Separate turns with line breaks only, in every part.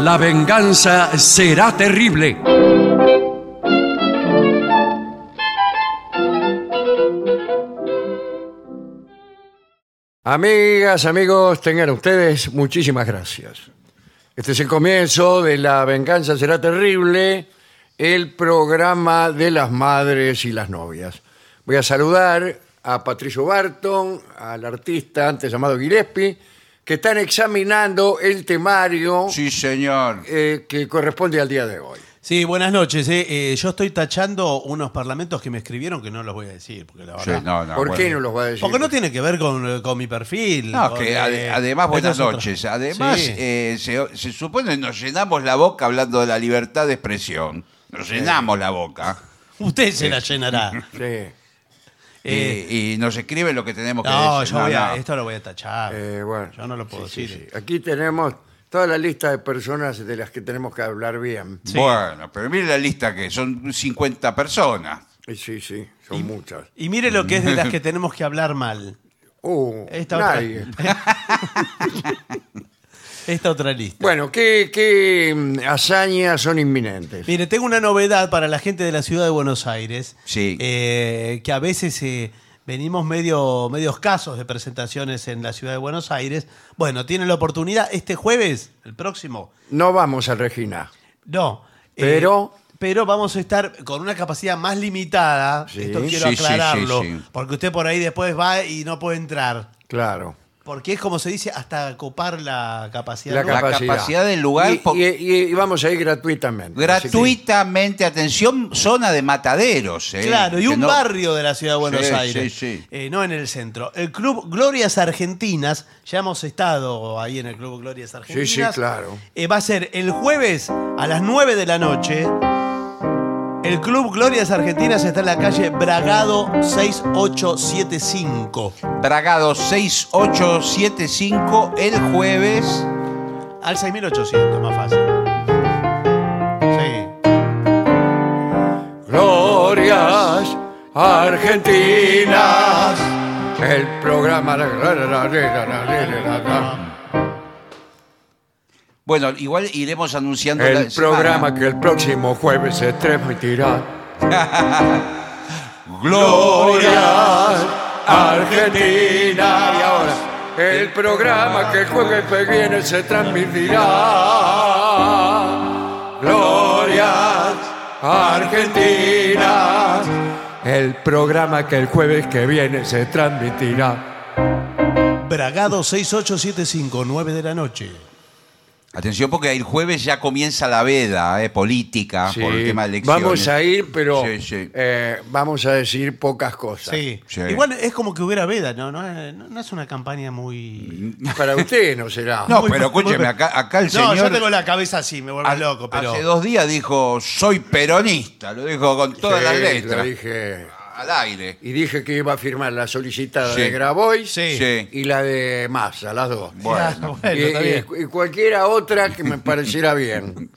La venganza será terrible.
Amigas, amigos, tengan ustedes muchísimas gracias. Este es el comienzo de La Venganza Será Terrible, el programa de las madres y las novias. Voy a saludar a Patricio Barton, al artista antes llamado Gillespie, que están examinando el temario
Sí, señor.
eh, que corresponde al día de hoy.
Sí, buenas noches. eh. Eh, yo estoy tachando unos parlamentos que me escribieron que no los voy a decir, porque la
Sí,
verdad.
no, no,
¿Por qué no
bueno.
los va a decir?
Porque no tiene que ver con, con mi perfil.
No,
con,
que
eh,
ade- además, buenas
estas otras-
noches. Además,
Sí.
eh, se, se supone que nos llenamos la boca hablando de la libertad de expresión. Nos llenamos la boca.
Usted
eh,
se la llenará.
Sí.
Y-
Eh,
y, nos escribe lo que tenemos que
no,
decir.
yo voy a-
no.
esto lo voy a tachar.
Eh, bueno.
yo no lo puedo
Sí,
decir.
sí. Aquí tenemos toda la lista de personas de las que tenemos que hablar bien.
sí.
Bueno, pero mire la lista que son 50 personas.
Eh, Sí, sí, son muchas.
Y mire lo que es de las que tenemos que hablar mal.
Uh,
Esta
nadie.
otra. Esta otra lista.
Bueno, ¿qué, qué, mm, hazañas son inminentes?
Mire, tengo una novedad para la gente de la ciudad de Buenos Aires.
Sí.
Eh, que a veces eh, venimos medio, medios casos de presentaciones en la ciudad de Buenos Aires. Bueno, tienen la oportunidad este jueves, el próximo.
No vamos a Regina.
No. eh,
Pero-
pero vamos a estar con una capacidad más limitada.
Sí.
Esto quiero
Sí, sí, sí,
aclararlo.
sí.
Porque usted por ahí después va y no puede entrar.
Claro.
Porque es como se dice, hasta copar la capacidad.
La
¿no?
La
capacidad.
capacidad del lugar
Y,
po-
y- y vamos a ir gratuitamente.
Gratuitamente, atención, zona de mataderos. eh,
Claro, y
que
un
no-
barrio de la ciudad de Buenos
Sí,
Aires.
sí, sí.
Eh, no en el centro. El Club Glorias Argentinas, ya hemos estado ahí en el Club Glorias Argentinas.
sí, claro.
Eh, va a ser el jueves a las 9 de la noche. El Club Glorias Argentinas está en la calle Bragado 6875.
Bragado 6875 el jueves.
Al 6800, más fácil. Sí.
Glorias Argentinas. El programa.
Bueno, igual iremos anunciando
El
la semana.
programa que el próximo jueves se transmitirá. Glorias Argentina. Y ahora, el programa que el jueves que viene se transmitirá. Glorias Argentina. El programa que el jueves que viene se transmitirá.
Bragado 6875, 9 de la noche.
Atención porque el jueves ya comienza la veda eh, política por el tema de elecciones.
vamos a ir, pero
Sí, sí.
eh, vamos a decir pocas cosas.
Sí.
Sí.
Igual es como que hubiera veda, ¿no? No, es- no es una campaña muy...
Para usted no será.
No,
Muy-
pero escúcheme,
muy-
acá, acá el
No,
señor...
yo tengo la cabeza así, me vuelvo
ha-
loco, pero...
Hace dos días dijo, soy peronista, lo dijo con todas
Sí,
las
lo
letras,
dije.
al aire.
Y dije que iba a firmar la solicitada
Sí.
de Grabois
Sí.
Sí.
y la de Massa, las dos.
Ah,
Bueno, Eh,
bueno,
y,
está
y-
bien.
y cualquiera otra que me pareciera bien.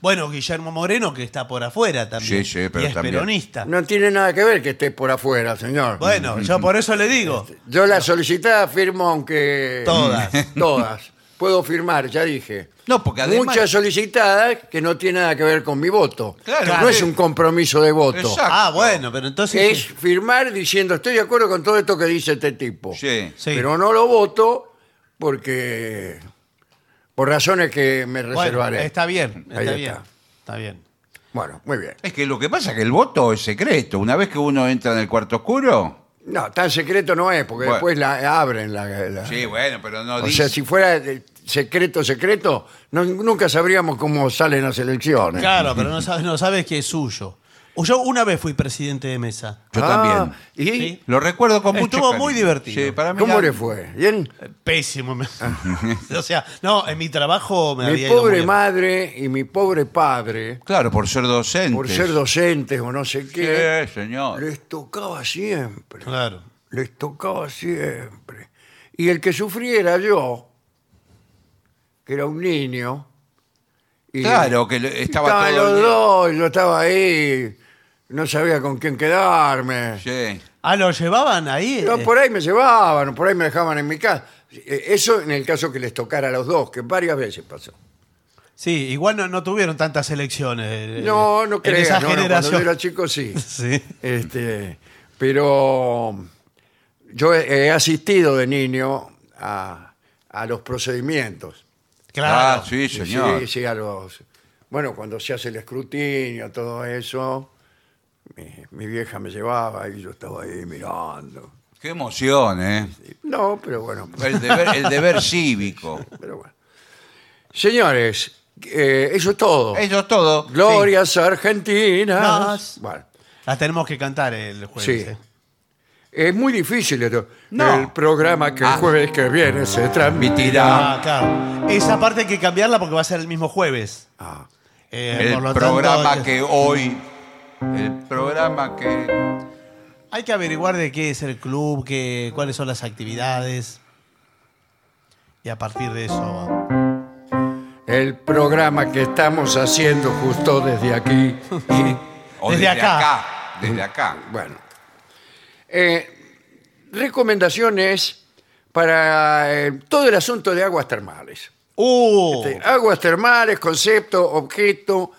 Bueno, Guillermo Moreno, que está por afuera también.
Sí, sí, pero
y es
también.
peronista.
No tiene nada que ver que esté por afuera, señor.
Bueno, yo por eso le digo.
Yo la solicitada firmo aunque...
Todas.
Todas. Puedo firmar, ya dije.
No, porque además-
Muchas solicitadas que no tienen nada que ver con mi voto.
Claro.
No es un compromiso de voto.
Exacto.
Ah, bueno, pero entonces...
Es firmar diciendo, estoy de acuerdo con todo esto que dice este tipo.
sí.
Sí.
pero no lo voto porque por razones que me
Bueno,
reservaré. Bueno,
está bien,
Ahí
está
está.
bien. Está bien.
muy bien.
Es que lo que pasa es que el voto es secreto. Una vez que uno entra en el cuarto oscuro...
No, tan secreto no es, porque
Bueno.
después la abren la, la-
Sí, bueno, pero no
o
dice...
sea, si fuera eh, secreto, secreto, no- nunca sabríamos cómo salen las elecciones.
Claro, pero no sabes, no sabes que es suyo. O yo una vez fui presidente de mesa.
Yo
Ah,
también.
¿Y
Sí.
Lo recuerdo con mucho
Estuvo
cariño.
muy divertido.
Sí, para mí
cómo
la-
le fue? Bien.
Pésimo. me- o sea, no, en mi trabajo me
Mi
había ido muy
pobre
bien.
madre y mi pobre padre,
Claro, por ser docente.
por ser docentes o no sé qué,
Sí, señor.
les tocaba siempre.
Claro.
les tocaba siempre. Y el que sufriera yo, que era un niño, y
Claro, que le- estaba
estaban
todo
los
bien.
dos, yo estaba ahí, no sabía con quién quedarme.
Sí.
Ah, lo llevaban ahí.
No,
eh,
por ahí me llevaban, por ahí E, me dejaban en mi casa. Eh, Eso en el caso que les tocara a los dos, que varias veces pasó.
Sí, igual no, no tuvieron tantas elecciones. eh,
No, no
En esa
creas. no, no, cuando yo
generación.
era chico, sí.
Sí.
Este, pero yo he he asistido de niño a, a los procedimientos.
Claro.
Ah, sí, señor.
Sí, sí, a los. Bueno, cuando se hace el escrutinio, todo eso, mi, mi vieja me llevaba y yo estaba ahí mirando.
Qué emoción, ¿eh?
No, pero bueno.
El deber, el deber cívico.
Pero bueno. Señores, eh, eso es todo.
Eso es todo.
Glorias argentinas.
Nos.
Bueno,
La tenemos que cantar el jueves.
Sí.
eh.
es muy difícil esto.
No.
El programa que el
Ah.
jueves que viene se transmitirá.
Ah, claro. Esa parte hay que cambiarla porque va a ser el mismo jueves.
Ah,
Eh,
El
por lo
programa
tanto, eh,
que hoy. El programa que.
Hay que averiguar de qué es el club, qué, cuáles son las actividades. Y a partir de eso.
el programa que estamos haciendo justo desde aquí.
o
Desde
desde,
acá.
acá. Desde acá.
Bueno. Eh, recomendaciones para eh, todo el asunto de aguas termales.
¡Uh!
Este, aguas termales, concepto, objeto,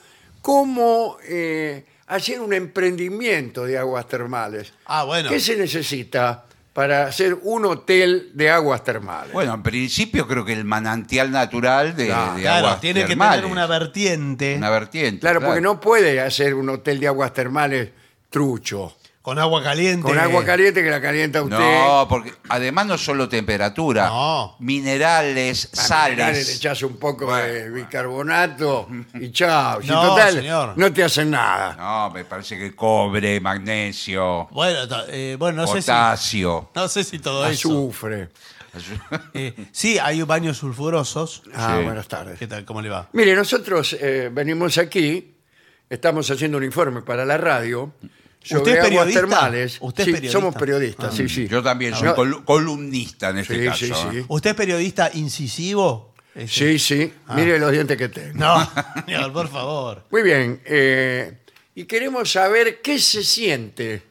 cómo eh, hacer un emprendimiento de aguas termales.
Ah, bueno.
¿Qué se necesita para hacer un hotel de aguas termales?
Bueno, en principio creo que el manantial natural de,
Claro,
de
Claro,
aguas
tiene que
termales.
tener una vertiente
Una vertiente.
claro, porque no puede hacer un hotel de aguas termales trucho,
con agua caliente.
con agua caliente que la calienta usted.
No, porque además no solo temperatura,
No.
minerales,
Ah, Dale,
sales.
le echas un poco de bicarbonato y chao. Si
No,
total,
señor.
no te hacen nada.
No, me parece que cobre, magnesio,
Bueno, to- eh, bueno no, sé si,
potasio.
no sé si todo eso.
Azufre.
Eh, sí, hay baños sulfurosos.
Ah,
Sí.
buenas tardes.
¿Qué tal? ¿Cómo le va?
Mire, nosotros eh, venimos aquí, estamos haciendo un informe para la radio sobre
¿Usted es
aguas
periodista?
termales.
¿Usted es
sí,
periodista? Ah.
somos periodistas, sí, sí.
Yo también soy
No,
col- columnista en este
Sí,
caso.
sí, sí.
¿eh?
¿Usted es periodista incisivo? Este,
Sí, sí. Mire los dientes que tengo.
No, señor, por favor.
Muy bien. eh, y queremos saber qué se siente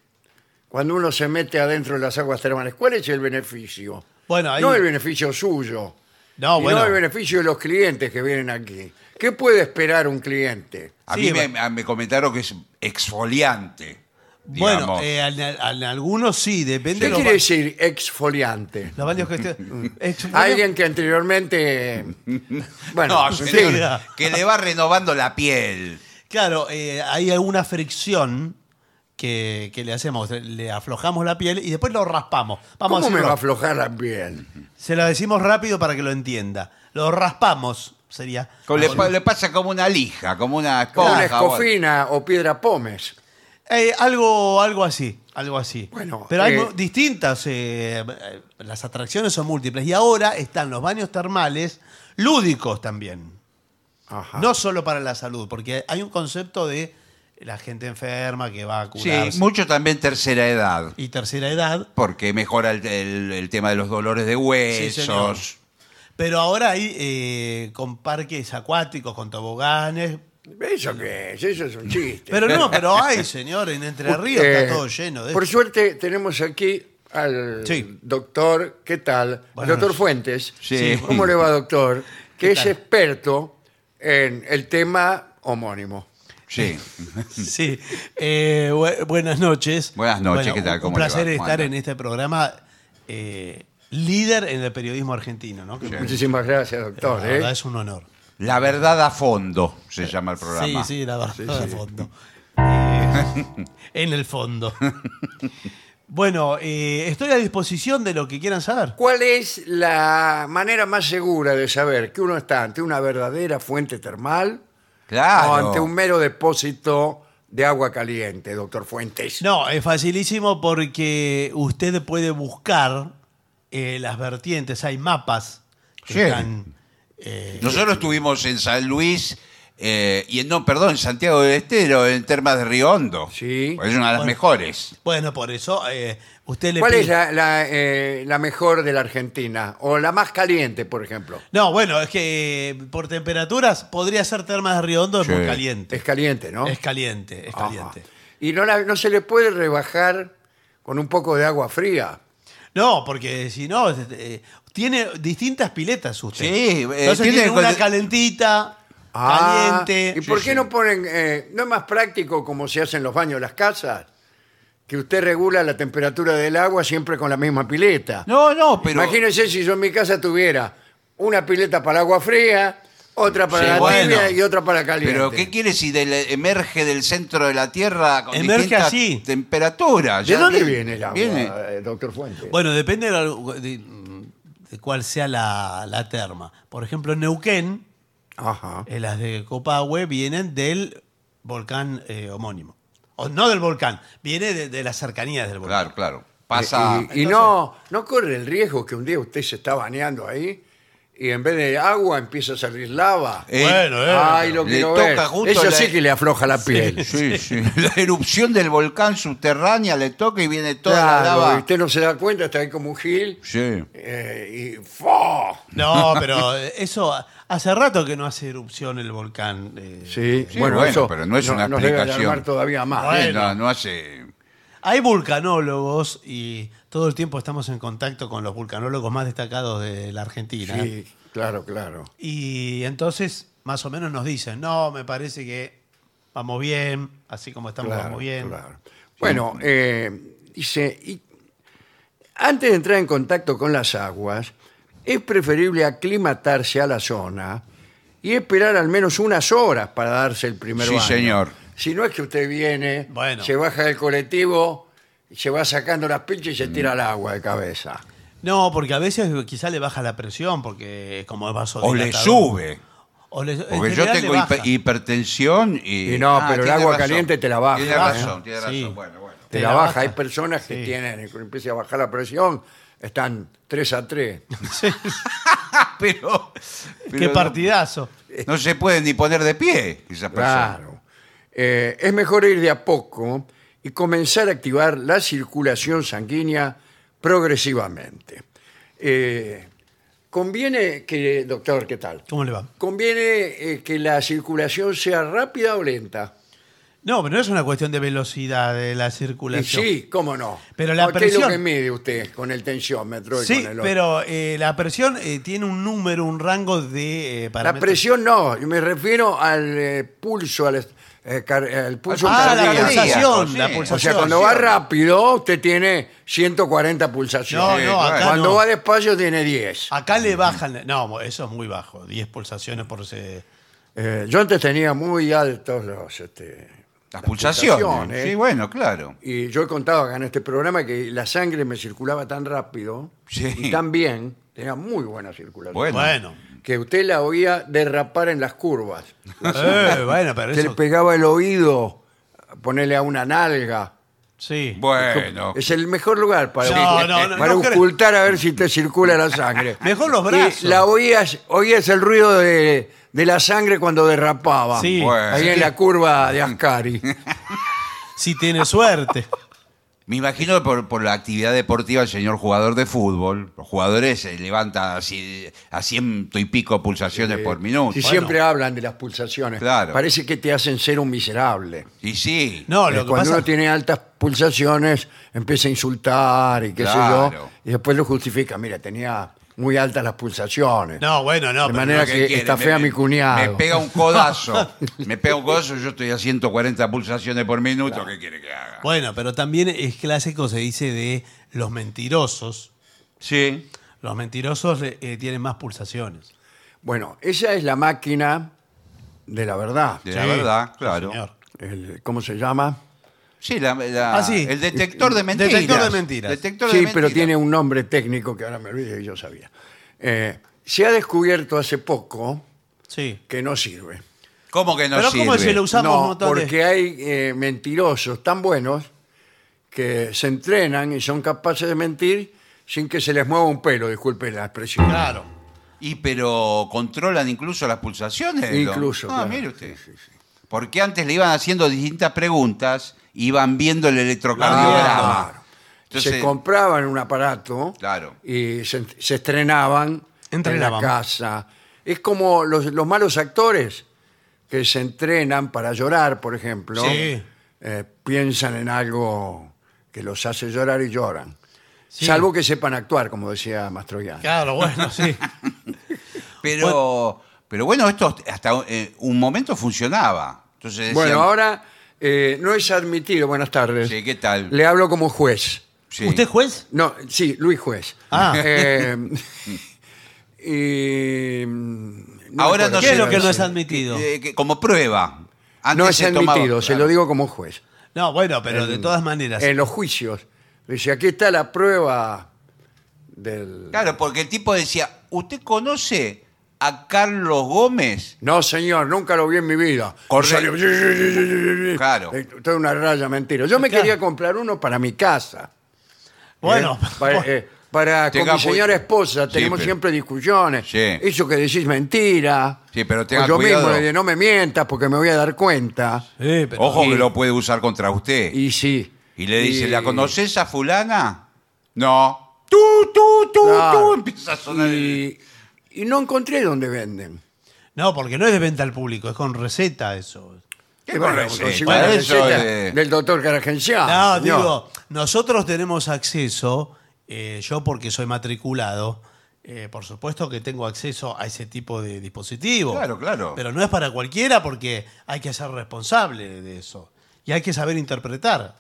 cuando uno se mete adentro de las aguas termales. ¿Cuál es el beneficio?
Bueno, ahí-
No el beneficio suyo.
No,
sino
bueno.
el beneficio de los clientes que vienen aquí. ¿Qué puede esperar un cliente?
A
Sí,
mí me,
bueno.
a- me comentaron que es exfoliante.
Bueno,
digamos.
eh, al- al- algunos sí, depende
¿Qué
de los
quiere
ba-
decir exfoliante?
los baños que usted- Ex-
Alguien que anteriormente. eh, Bueno,
no,
sí,
señor,
sí.
que le va renovando la piel.
Claro, eh, hay alguna fricción que, que le hacemos, le aflojamos la piel y después lo raspamos.
¿cómo
Vamos a
me
hacerlo-
va a aflojar la piel?
Se lo decimos rápido para que lo entienda. Lo raspamos, sería.
Con- le, pa- le pasa como una lija, como una
Como
esponja.
una
bueno.
escofina o piedra pómez.
Eh, algo, algo así, algo así.
Bueno,
Pero hay
eh,
mu- distintas, eh, eh, las atracciones son múltiples. Y ahora están los baños termales lúdicos también.
Ajá.
No solo para la salud, porque hay un concepto de la gente enferma que va a curarse.
Sí, mucho también tercera edad,
y tercera edad.
porque mejora el, el- el tema de los dolores de
señor.
huesos.
Pero ahora hay eh, con parques acuáticos, con toboganes.
¿Eso qué es? Eso es un chiste.
Pero no, pero hay, señor, en Entre Ríos
Eh,
está todo lleno de
Por
eso.
suerte tenemos aquí al
Sí.
doctor, ¿qué tal?
Buenas
doctor
noches.
Fuentes.
Sí.
¿Cómo le va, doctor? Que
¿Qué
es
tal?
experto en el tema homónimo.
Sí.
Sí. Eh, bu- buenas noches.
Buenas noches, ¿qué tal?
un-
¿Cómo
Un
le va?
placer
¿Cómo
estar
anda?
en este programa eh, líder en el periodismo argentino, ¿no? Que-
Sí.
Muchísimas gracias,
la
doctor. ¿eh?
verdad es un honor.
La verdad a fondo se llama el programa.
Eh, Sí, sí, la verdad, de fondo. Eh, en el fondo. Bueno, eh, estoy a disposición de lo que quieran saber.
¿Cuál es la manera más segura de saber que uno está ante una verdadera fuente termal
Claro.
o ante un mero depósito de agua caliente, doctor Fuentes?
No, es facilísimo porque usted puede buscar eh, las vertientes, hay mapas que
Sí.
están, eh,
Nosotros estuvimos en San Luis eh, y en, no, perdón, en Santiago del Estero, en Termas de Río Hondo.
Sí.
Es una de las
Bueno.
mejores.
Bueno, por eso eh, usted le
¿Cuál
pide-
es la, la, eh, la mejor de la Argentina? O la más caliente, por ejemplo.
No, bueno, es que eh, por temperaturas podría ser Termas de Riondo, es
Sí.
muy caliente.
Es caliente, ¿no?
Es caliente, es
Ajá.
caliente.
Y no, la- no se le puede rebajar con un poco de agua fría.
No, porque si no, es- eh, tiene distintas piletas usted.
Sí, eh,
Entonces
tiene
tiene, una
cuando-
calentita,
Ah,
caliente.
¿Y por
Sí,
qué
sí.
no ponen, eh, no es más práctico como se hacen los baños de las casas? Que usted regula la temperatura del agua siempre con la misma pileta.
No, no, pero.
Imagínense si yo en mi casa tuviera una pileta para agua fría, otra para
Sí,
la
bueno.
tibia y otra para caliente.
Pero ¿qué quiere si del- emerge del centro de la Tierra con
Emerge
distintas
así.
temperaturas?
¿De
Ya
dónde viene el agua,
Viene-
eh, doctor Fuente?
Bueno, depende de, la- de- mm, de cuál sea la, la terma. Por ejemplo, en Neuquén,
Ajá.
eh, las de Copahue vienen del volcán eh, homónimo. O no del volcán, viene de, de las cercanías del volcán.
Claro, claro. Pasa.
Eh, Y, y no, no corre el riesgo que un día usted se está bañando ahí y en vez de agua empieza a salir lava.
Eh,
Bueno, eh,
Ay, lo
le
quiero
toca
ver.
justo
Eso
la-
sí que le afloja la piel.
Sí, sí. La erupción del volcán subterránea le toca y viene toda la
Claro, y
lava.
usted no se da cuenta, está ahí como un gil
Sí.
eh, y ¡fo!
No, pero eso hace rato que no hace erupción el volcán. eh.
Sí,
Sí, bueno, pero no es una
nos debe
explicación.
alarmar todavía más.
Bueno.
Sí, No, no hace.
Hay vulcanólogos y todo el tiempo estamos en contacto con los vulcanólogos más destacados de la Argentina.
Sí, claro, claro.
Y entonces, más o menos nos dicen, no, me parece que vamos bien, así como estamos,
Claro,
vamos bien.
claro. Bueno, eh, dice, y antes de entrar en contacto con las aguas, es preferible aclimatarse a la zona y esperar al menos unas horas para darse el primer
Sí,
baño.
señor.
Si no es que usted viene,
Bueno.
se baja del colectivo, se va sacando las pinches y se tira al agua de cabeza.
No, porque a veces quizá le baja la presión porque es como el vaso
O le sube.
O le- en
Porque yo
general le
tengo
baja.
hiper- hipertensión y.
Y no, pero el
Ah, tiene
agua caliente te la baja,
Tiene
¿eh?
razón, tiene razón.
Sí.
Bueno, bueno.
Te
Te
la
la
baja.
baja.
Hay personas que
Sí.
tienen, que empieza a bajar la presión, están 3 a 3.
Ah, Pero.
Qué
pero no-
partidazo.
No se puede ni poner de pie esa persona.
Claro. Eh, es mejor ir de a poco y comenzar a activar la circulación sanguínea progresivamente. Eh, conviene que, doctor, ¿qué tal?
¿Cómo le va?
¿Conviene eh, que la circulación sea rápida o lenta?
No, pero no es una cuestión de velocidad de la
Y
circulación.
sí, cómo no.
Pero la
¿Qué es lo
presión-
que mide usted con el tensiómetro? y
Sí,
con el otro?
pero eh, la presión eh, tiene un número, un rango de eh,
La
parámetros.
presión no, yo me refiero al eh, pulso, al, eh, car- al pulso
Ah, la
cardíaco.
pulsación,
Sí.
la
O sea,
pulsación.
cuando va rápido, usted tiene 140 pulsaciones.
No, no, acá
cuando
no. Ah.
va despacio, tiene 10.
Acá le bajan. No, eso es muy bajo. 10 pulsaciones por se-
Eh, yo antes tenía muy altos los... este,
Las, pulsaciones.
pulsaciones.
Sí, bueno, claro.
y yo he contado acá en este programa que la sangre me circulaba tan rápido
Sí.
y tan bien, tenía muy buena circulación,
Bueno.
Bueno.
que usted la oía derrapar en las curvas.
Eh, bueno, pero
Se le
eso.
pegaba el oído, ponerle a una nalga.
Sí.
Bueno.
Es el mejor lugar para,
No, no, no,
para
no creo.
ocultar a ver si te circula la sangre.
Mejor los
Y
brazos.
la oías, oías el ruido de, de la sangre cuando derrapaba.
Sí.
Bueno.
Ahí en la curva de Ascari.
Si tiene suerte.
Me imagino por, por la actividad deportiva el señor jugador de fútbol. Los jugadores se levantan así a ciento y pico pulsaciones por minuto.
Si
Bueno,
siempre hablan de las pulsaciones,
Claro.
parece que te hacen ser un miserable.
Y sí.
No,
Eh,
lo que
cuando
pasa.
uno tiene altas pulsaciones, empieza a insultar y qué sé yo.
Claro.
Y después lo justifica. Mira, tenía muy altas las pulsaciones.
No, bueno,
De
no. pero-
manera que
quiere?
está
Me-
fea
me-
mi cuñado.
Me pega un codazo. me pega un codazo, yo estoy a 140 pulsaciones por minuto. ¿Qué quiere que haga?
Bueno, pero también es clásico, se dice, de los mentirosos.
Sí.
Los mentirosos eh, eh, tienen más pulsaciones.
Bueno, esa es la máquina de la verdad.
De la verdad, claro.
Señor.
El- ¿Cómo se llama?
Sí, la- la-
Ah, sí.
el detector de mentiras.
Detector de mentiras.
Detector de
sí,
mentiras.
pero tiene un nombre técnico que ahora me olvidé y yo sabía. Eh, se ha descubierto hace poco
Sí.
que no sirve.
¿Cómo que no
pero
sirve?
¿cómo se lo usamos un
No,
montón de-
porque hay eh, mentirosos tan buenos que se entrenan y son capaces de mentir sin que se les mueva un pelo, disculpe la expresión.
Claro.
Y pero controlan incluso las pulsaciones. ¿no?
Incluso,
Ah,
claro.
mire usted.
Sí, sí, sí.
Porque antes le iban haciendo distintas preguntas, iban viendo el electrocardiograma.
Claro.
Entonces,
se compraban un aparato
Claro.
y se, se estrenaban en
Entrenaban.
la casa. Es como los, los malos actores que se entrenan para llorar, por ejemplo.
Sí.
Eh, piensan en algo que los hace llorar y lloran. Salvo que sepan actuar, como decía Mastroianni.
Claro, bueno, sí.
pero Pero bueno, esto hasta eh, un momento funcionaba. Entonces decían,
Bueno, ahora eh, no es admitido. Buenas tardes.
Sí, ¿qué tal?
Le hablo como juez.
sí.
¿Usted es juez?
No, sí, Luis Juez.
Ah.
Eh, y, mm, no
Ahora
me acuerdo
no
qué
¿Qué es
iba
lo
a
que no es
decir.
admitido?
Eh, que- como prueba. Antes
No es
se tomaba-
admitido, se lo digo como juez.
No, bueno, pero de todas maneras.
En los juicios. Dice, aquí está la prueba del...
Claro, porque el tipo decía, ¿usted conoce a Carlos Gómez?
No, señor, nunca lo vi en mi vida.
Correcto.
Y salió-
Claro.
Eh, Toda una raya mentira. Yo me
Claro.
quería comprar uno para mi casa.
bueno,
Eh, Para, eh, para con
Tenga
mi
cu-
señora esposa
Sí,
tenemos
pero-
siempre discusiones.
Sí.
Eso que decís mentira.
Sí, pero
O
tenga
Pues yo
cuidado.
mismo le digo, no me mientas porque me voy a dar cuenta.
Sí, pero-
Ojo
y-
que lo puede usar contra usted. Y,
Y sí.
le dice,
Y-
¿la conoces a fulana? No. Tú, tú, tú,
Claro.
tú. Empieza a sonar. el-
Y, y no encontré dónde venden.
No, porque no es de venta al público, es con receta eso.
¿Qué
Eh,
con
bueno,
receta?
consigo una
Eso
receta
de-
Del doctor Caragencián.
No,
Ah, señor.
digo, nosotros tenemos acceso, eh, yo porque soy matriculado, eh, por supuesto que tengo acceso a ese tipo de dispositivos.
Claro, claro.
Pero no es para cualquiera porque hay que ser responsable de eso. Y hay que saber interpretar.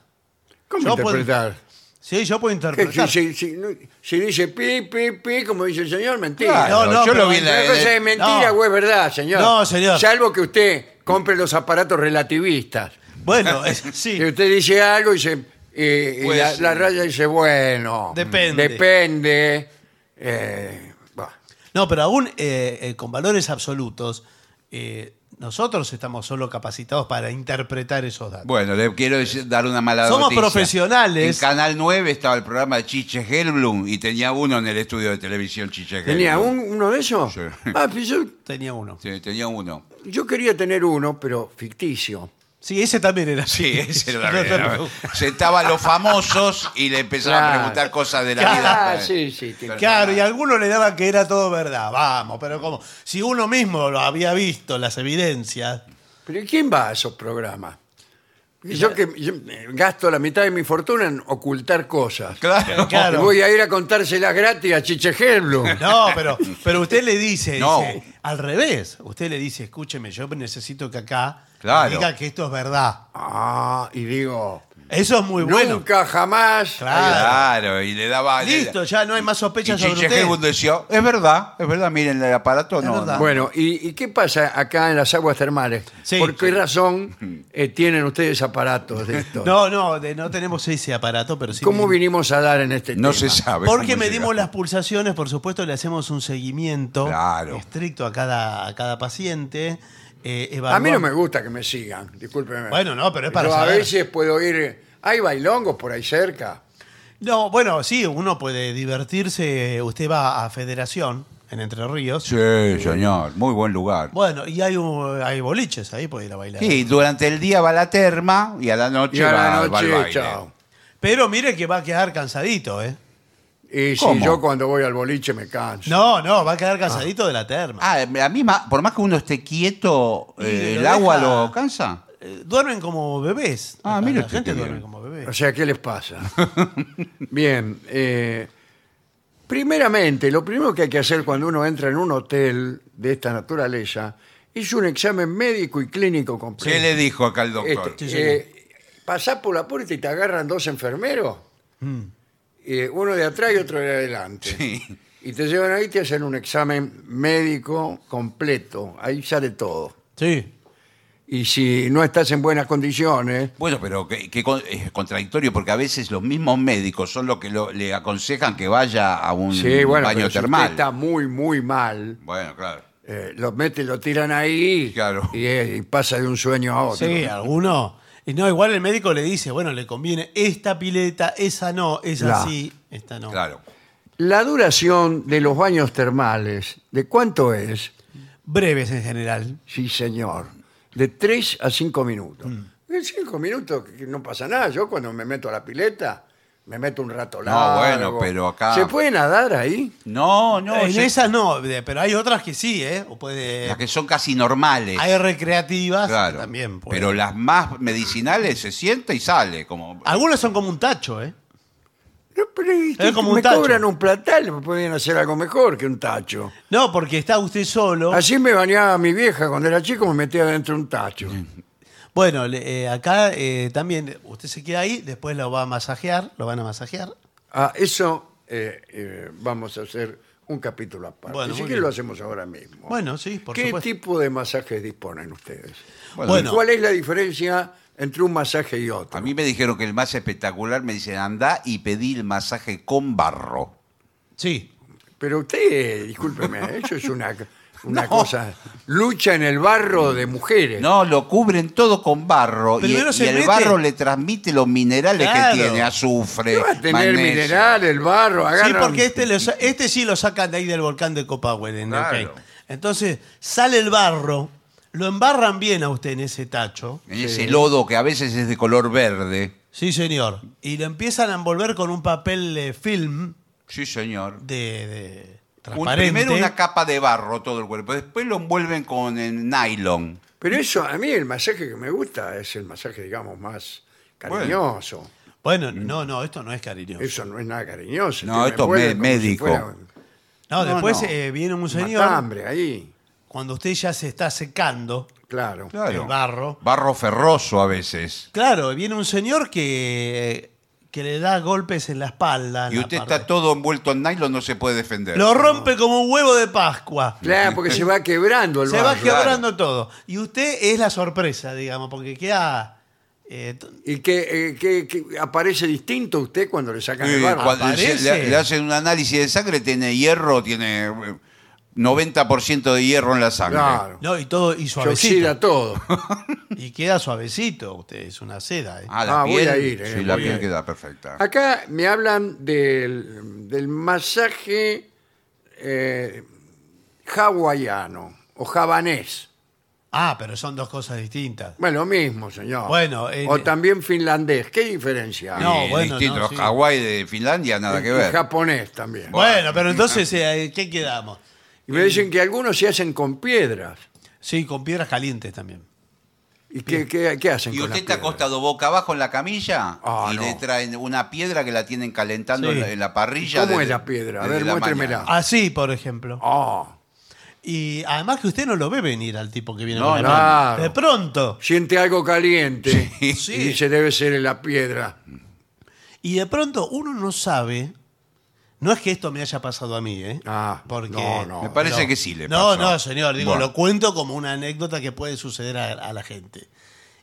¿Cómo
yo puedo-
interpretar?
Sí, yo puedo
Que
interpretar.
si, si- si- no- si dice pi, pi, pi, como dice el señor, mentira.
Claro,
no, no,
yo
pero
lo vi en
Una
la...
cosa es mentira
no.
o es verdad, señor.
No, señor.
Salvo que usted compre los aparatos relativistas.
Bueno, es- sí.
Que usted dice algo y, se- y- y
Pues,
la,
sí.
la raya dice, bueno.
Depende.
Depende. eh, bah.
No, pero aún eh, eh, con valores absolutos, eh, nosotros estamos solo capacitados para interpretar esos datos.
Bueno, le quiero decir- dar una mala
Somos
noticia.
profesionales.
En Canal 9 estaba el programa de Chiche Helblum y tenía uno en el estudio de televisión Chiche Helblum.
¿Tenía un- uno de esos?
Sí.
Ah, pues yo,
Tenía uno.
Sí, tenía uno.
yo quería tener uno, pero ficticio.
Sí, ese también era.
Sí, ese era
No te
verdad.
preocupes.
Sentaba a los famosos y le empezaban
Claro.
a preguntar cosas de la
Ah,
vida.
sí, sí. tiene-
Claro, y algunos le daban que era todo verdad. Vamos, pero como si uno mismo lo había visto, las evidencias.
Pero ¿y quién va a esos programas? Y Yo que yo, eh, gasto la mitad de mi fortuna en ocultar cosas.
Claro.
Claro.
Y Voy a ir a contárselas gratis a Chichejeblo.
No, pero, pero usted le dice,
No.
dice, al revés. Usted le dice, escúcheme, yo necesito que acá
Claro.
diga que esto es verdad.
Ah, y digo,
Eso es muy bueno.
nunca jamás.
Claro.
Claro, y le daba. le-
Listo, ya no hay más
Y
sospechas sobre
Chiche
usted.
Helblum decía: Es verdad, es verdad, miren el aparato.
Es
no,
verdad.
no.
Bueno, ¿y, y qué pasa acá en las aguas termales?
Ah. Sí.
¿Por qué
Sí.
razón eh, tienen ustedes aparatos de esto?
No, no, de- no tenemos ese aparato, pero sí.
¿Cómo vinimos a dar en este
No
tema?
se sabe.
Porque
cómo
medimos
llegamos.
las pulsaciones, por supuesto, le hacemos un seguimiento
Claro.
estricto a cada, a cada paciente. eh,
A mí no
evaluamos-
me gusta que me sigan, discúlpeme.
Bueno, no, pero es para
Yo a
saber.
veces puedo ir... eh, ¿Hay bailongos por ahí cerca?
No, bueno, sí, uno puede divertirse. Usted va a Federación, en Entre Ríos.
Sí, señor, muy buen lugar.
Bueno, y hay, un- hay boliches, ahí puede ir a bailar.
Sí, durante el día va a la terma y a la noche,
Y a
va,
la
va al
noche,
baile.
chao.
Pero mire que va a quedar cansadito, ¿eh?
Y si
¿Cómo?
yo cuando voy al boliche me canso.
No, no, va a quedar cansadito de la terma.
Ah, la misma, por más que uno esté quieto,
Y
eh,
lo
el agua
deja-
lo cansa.
Eh, Duermen como bebés.
Ah, mire
La
usted
gente
qué
duerme
bien.
como
O
bebés.
sea, ¿qué les pasa? Bien. eh, primeramente, lo primero que hay que hacer cuando uno entra en un hotel de esta naturaleza es un examen médico y clínico
¿Qué
completo.
le dijo acá el doctor?
Este,
Sí, señor.
eh, pasás por la puerta y te agarran dos enfermeros, eh, uno de atrás y otro de adelante.
Sí.
Y te llevan ahí y te hacen un examen médico completo. Ahí sale todo.
Sí.
Y si no estás en buenas condiciones,
Bueno, pero que, que con- es contradictorio porque a veces los mismos médicos son los que lo- le aconsejan que vaya a un
Sí, bueno,
baño
pero si
termal.
usted está muy, muy mal.
Bueno, claro.
eh, lo meten, lo tiran ahí
Claro.
y, eh, y pasa de un sueño a otro.
Sí, alguno. Y no, igual el médico le dice, bueno, le conviene esta pileta, esa no, esa
La.
sí, esta no.
Claro.
La duración de los baños termales, ¿de cuánto es?
Breves en general.
Sí, señor. De 3 a 5 minutos.
Mm.
En 5 minutos que no pasa nada. Yo cuando me meto a la pileta, me meto un rato largo.
bueno, pero acá-
¿Se puede nadar ahí?
No, Eh, no,
en
se-
Eh, esas no, de- pero hay otras que sí, ¿eh? O puede,
las que son casi normales.
hay recreativas que
claro.
también. puede.
Pero las más medicinales se sienta y sale como
Algunas son como un tacho, ¿eh?
No, pero ¿y qué?
como un
me
tacho.
cobran un platal, me pueden hacer algo mejor que un tacho.
No, porque está usted solo.
Así me bañaba mi vieja cuando era chico, me metía dentro un tacho.
Bueno, le- eh, acá eh, también usted se queda ahí, después lo va a masajear, lo van a masajear.
Ah, eso eh, eh, vamos a hacer un capítulo aparte.
Bueno,
Así
muy
que
bien.
lo hacemos ahora mismo.
Bueno, sí, por
¿Qué
supuesto.
tipo de masajes disponen ustedes?
Bueno,
Bueno.
¿Cuál es la diferencia entre un masaje y otro?
a mí me dijeron que el más espectacular me dicen anda y pedí el masaje con barro.
Sí.
Pero usted, discúlpeme, ¿eh? eso es una, una cosa. Lucha en el barro de mujeres.
Eh.
No, lo cubren todo con barro y,
Primero
y
se
el
mete.
barro le transmite los minerales
Claro.
que tiene, azufre,
¿Qué va a tener
magnesio.
mineral, el barro, agarra.
eh, Sí, porque este, lo sa- este sí lo sacan de ahí del volcán de Copahue. de Neuquén.
Claro.
Entonces sale el barro, lo embarran bien a usted en ese tacho.
En ese lodo que a veces es de color verde.
Sí, señor. Y lo empiezan a envolver con un papel eh, film
Sí, señor.
de, de
Un-
transparente.
primero una capa de barro todo el cuerpo, después lo envuelven con el nylon.
Pero eso, a mí el masaje que me gusta es el masaje, digamos, más cariñoso.
Bueno,
Mm.
no, no, esto no es cariñoso.
Eso no es nada cariñoso.
No,
que me
esto es
vuelve
me-
como si
médico.
fuera un
No,
No,
después
no.
eh, viene un señor,
matambre ahí,
cuando usted ya se está secando
claro.
el barro.
Barro ferroso a veces.
Claro, viene un señor que, que le da golpes en la espalda. en
Y
la
usted
parte.
está todo envuelto en nylon, no se puede defender.
Lo rompe como un huevo de Pascua.
Claro, porque se va quebrando el
Se va
barro.
quebrando todo. Y usted es la sorpresa, digamos, porque queda. eh, t-
Y que, eh, que- que aparece distinto usted cuando le sacan
Eh,
el barro.
cuando
aparece.
se- le, le hacen un análisis de sangre, tiene hierro, tiene eh, 90% de hierro en la sangre.
Claro.
no, y todo, y
Se oxida
suavecito.
todo.
Y queda suavecito. Usted es una seda. ¿eh?
Ah, la
Ah, voy
piel,
a ir, eh,
sí, la
voy a
piel
ir. Ah,
queda perfecta.
Acá me hablan del, del masaje eh, hawaiano o javanés.
Ah, pero son dos cosas distintas.
Bueno, lo mismo, señor.
Bueno, eh,
o también finlandés. ¿Qué diferencia? hay?
No,
Eh,
bueno,
distinto,
no, sí.
Hawái de Finlandia, nada
Y-
que
y
ver.
japonés también.
Bueno, pero entonces, eh, ¿qué quedamos?
Y me dicen que algunos se hacen con piedras.
Sí, con piedras calientes también.
¿Y qué, qué- qué hacen
Y
con las
usted está
piedras?
acostado boca abajo en la camilla
Ah,
y
no.
le traen una piedra que la tienen calentando
Sí.
en, la, en la parrilla.
¿Cómo
desde-
es la piedra? A
desde
ver,
la
muéstremela.
mañana.
Así, por ejemplo.
Ah,
Y además que usted no lo ve venir al tipo que viene
No,
con la
no.
mano. De pronto.
siente algo caliente.
Sí.
Y dice, debe ser en la piedra.
Y de pronto uno no sabe. No es que esto me haya pasado a mí, ¿eh?
Ah,
porque
no, no.
Me parece
no.
que sí le
No,
pasó.
no, señor. Digo,
Bueno.
lo cuento como una anécdota que puede suceder a, a la gente.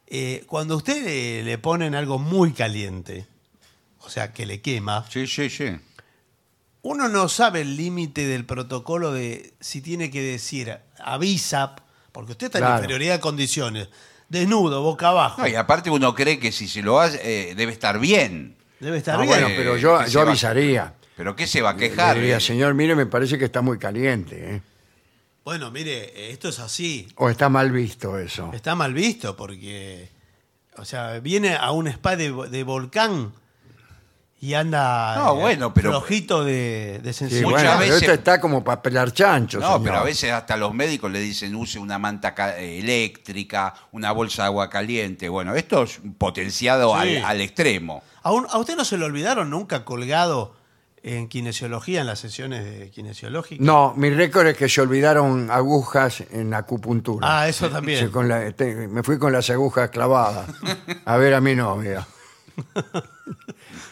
Eh, cuando a usted le, le ponen algo muy caliente, o sea, que le quema,
Sí, sí, sí.
uno no sabe el límite del protocolo de si tiene que decir avisa, porque usted está en
Claro.
inferioridad de condiciones, desnudo, boca abajo.
No, y aparte uno cree que si se lo hace, eh, debe estar bien.
Debe estar
Ah,
bien.
bueno, pero yo,
que se
yo
va-
avisaría.
Pero ¿qué se va a
Le
quejar?
diría,
eh?
señor, mire, me parece que está muy caliente. ¿eh?
Bueno, mire, esto es así.
O está mal visto eso.
Está mal visto porque, o sea, viene a un spa de, de volcán y anda
No,
eh,
bueno, pero-
flojito de, de
Sí,
sensibilidad.
bueno,
muchas
pero
veces-
esto está como para pelar chanchos.
no,
señor.
pero a veces hasta los médicos le dicen use una manta ca- eh, eléctrica, una bolsa de agua caliente. Bueno, esto es potenciado
Sí.
al, al extremo.
¿A, un- a usted no se le olvidaron nunca colgado en kinesiología, en las sesiones de kinesiológica?
No, mi récord es que se olvidaron agujas en acupuntura.
Ah, eso también.
Sí, con la- te- me fui con las agujas clavadas a ver a mi novia.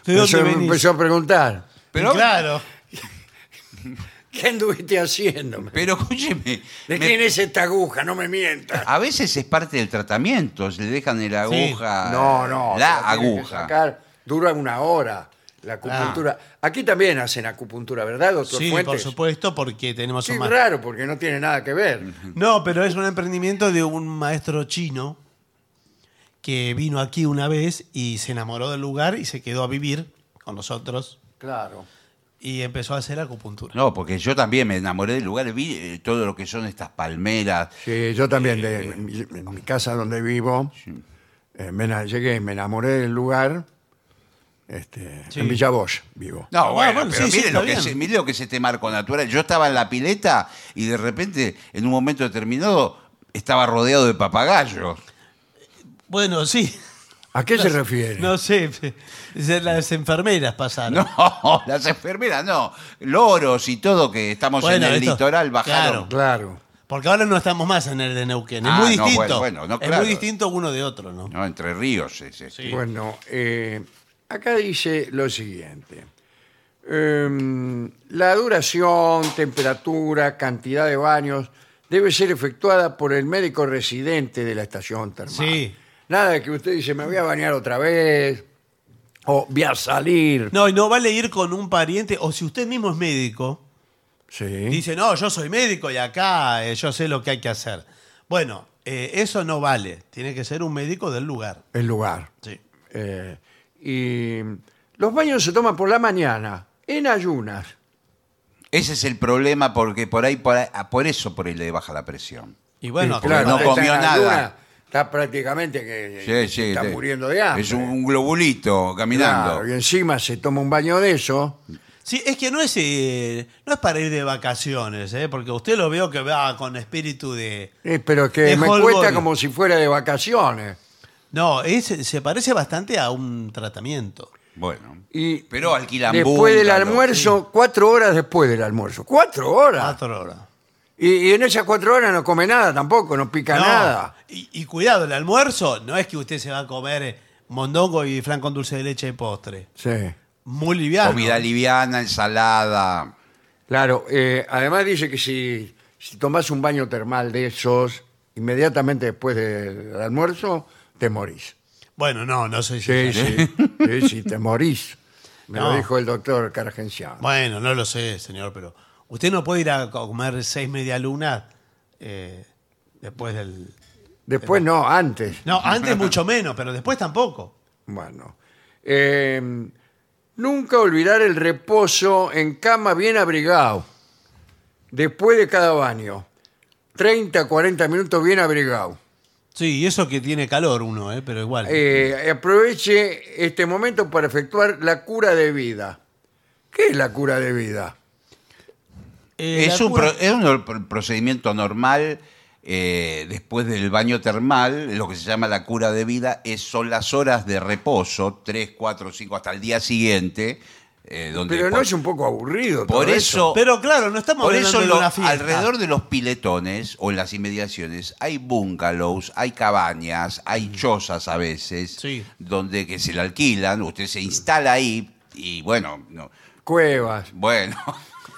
¿De dónde
Empezó-
venís?
empezó a preguntar.
Pero,
claro.
¿Qué anduviste haciéndome?
pero escúcheme.
¿De
me-
quién es esta aguja? No me mientas.
A veces es parte del tratamiento, le dejan la
Sí.
aguja.
No, no. te
Ah, La
tienes que
aguja.
sacar. dura una hora la acupuntura. Aquí también hacen acupuntura, ¿verdad, doctor
Sí,
Fuentes?
por supuesto, porque tenemos
Sí,
un ma-
raro, porque no tiene nada que ver.
No, pero es un emprendimiento de un maestro chino que vino aquí una vez y se enamoró del lugar y se quedó a vivir con nosotros
Claro.
y empezó a hacer acupuntura.
No, porque yo también me enamoré del lugar, vi eh, todo lo que son estas palmeras.
Sí, yo también, de, mi- en mi casa donde vivo, eh, me ena- llegué, me enamoré del lugar, este,
Sí.
en Villavoz vivo.
No,
Ah,
bueno,
bueno,
pero
sí, sí,
mire,
está
lo que
bien.
es, mire lo que es este marco natural. Yo estaba en la pileta y de repente, en un momento determinado, estaba rodeado de papagayos.
Bueno, sí.
¿A qué se refiere?
No sé, se- las enfermeras pasaron.
No, las enfermeras no. Loros y todo que estamos
Bueno,
en el
esto-
litoral bajaron.
Claro.
Porque ahora no estamos más en el de Neuquén. Es
Ah,
muy
no,
distinto.
bueno, bueno, no,
Es
claro.
muy distinto uno de otro, ¿no?
No, entre ríos es esto.
Sí.
Bueno, eh, acá dice lo siguiente. Em, la duración, temperatura, cantidad de baños debe ser efectuada por el médico residente de la estación termal.
Sí.
Nada de que usted dice, me voy a bañar otra vez o voy a salir.
No, y no vale ir con un pariente, o si usted mismo es médico,
Sí.
dice, no, yo soy médico y acá eh, yo sé lo que hay que hacer. Bueno, eh, eso no vale. Tiene que ser un médico del lugar.
El lugar.
Sí.
Eh, y los baños se toman por la mañana, en ayunas.
Ese es el problema porque por ahí, por, ahí- ah, por eso por ahí le baja la presión.
Y bueno,
porque no
usted está
comió
en ayunas,
nada.
Está prácticamente que
Sí, sí,
está
sí.
muriendo de hambre.
Es un, un globulito caminando.
Claro, y encima se toma un baño de eso.
Sí, es que no es, eh, no es para ir de vacaciones, ¿eh? porque usted lo veo que va con espíritu de...
eh, pero que
Dejó
me
el
cuesta
boli.
como si fuera de vacaciones.
No, es- se parece bastante a un tratamiento.
Bueno.
Y
Pero alquilan
después del
bungalow,
almuerzo, cuatro horas después del almuerzo. ¡Cuatro horas!
Cuatro horas.
Y, y en esas cuatro horas no come nada tampoco, no pica
No,
nada.
Y, y cuidado, el almuerzo no es que usted se va a comer eh, mondongo y flan con dulce de leche de postre.
Sí.
Muy liviano.
Comida liviana, ensalada.
Claro, eh, además dice que si, si tomas un baño termal de esos, inmediatamente después del almuerzo, te morís.
Bueno, no, no sé si.
¿Eh?
Sí, sí, sí, sí, te morís. Me lo
No.
dijo el doctor Cargenciano.
Bueno, no lo sé, señor, pero usted no puede ir a comer seis medialunas eh, después del.
Después no, antes.
No, antes mucho menos, pero después tampoco.
Bueno. Eh, nunca olvidar el reposo en cama bien abrigado. Después de cada baño. 30, 40 minutos bien abrigado.
Sí, y eso que tiene calor uno, eh, pero igual.
Eh, aproveche este momento para efectuar la cura de vida. ¿Qué es la cura de vida?
Eh,
Es
la
un,
cura-
pro- es un pro- procedimiento normal eh, después del baño termal, lo que se llama la cura de vida, es, son las horas de reposo, 3, 4, 5, hasta el día siguiente. eh, donde
Pero no
por-
es un poco aburrido. todo
Por eso,
Pero claro, no estamos
por
hablando
eso
de
lo-
una fiesta.
alrededor de los piletones o en las inmediaciones hay bungalows, hay cabañas, hay chozas a veces,
Mm. Sí.
donde que se le alquilan, usted se instala ahí y bueno, no-
Cuevas.
bueno.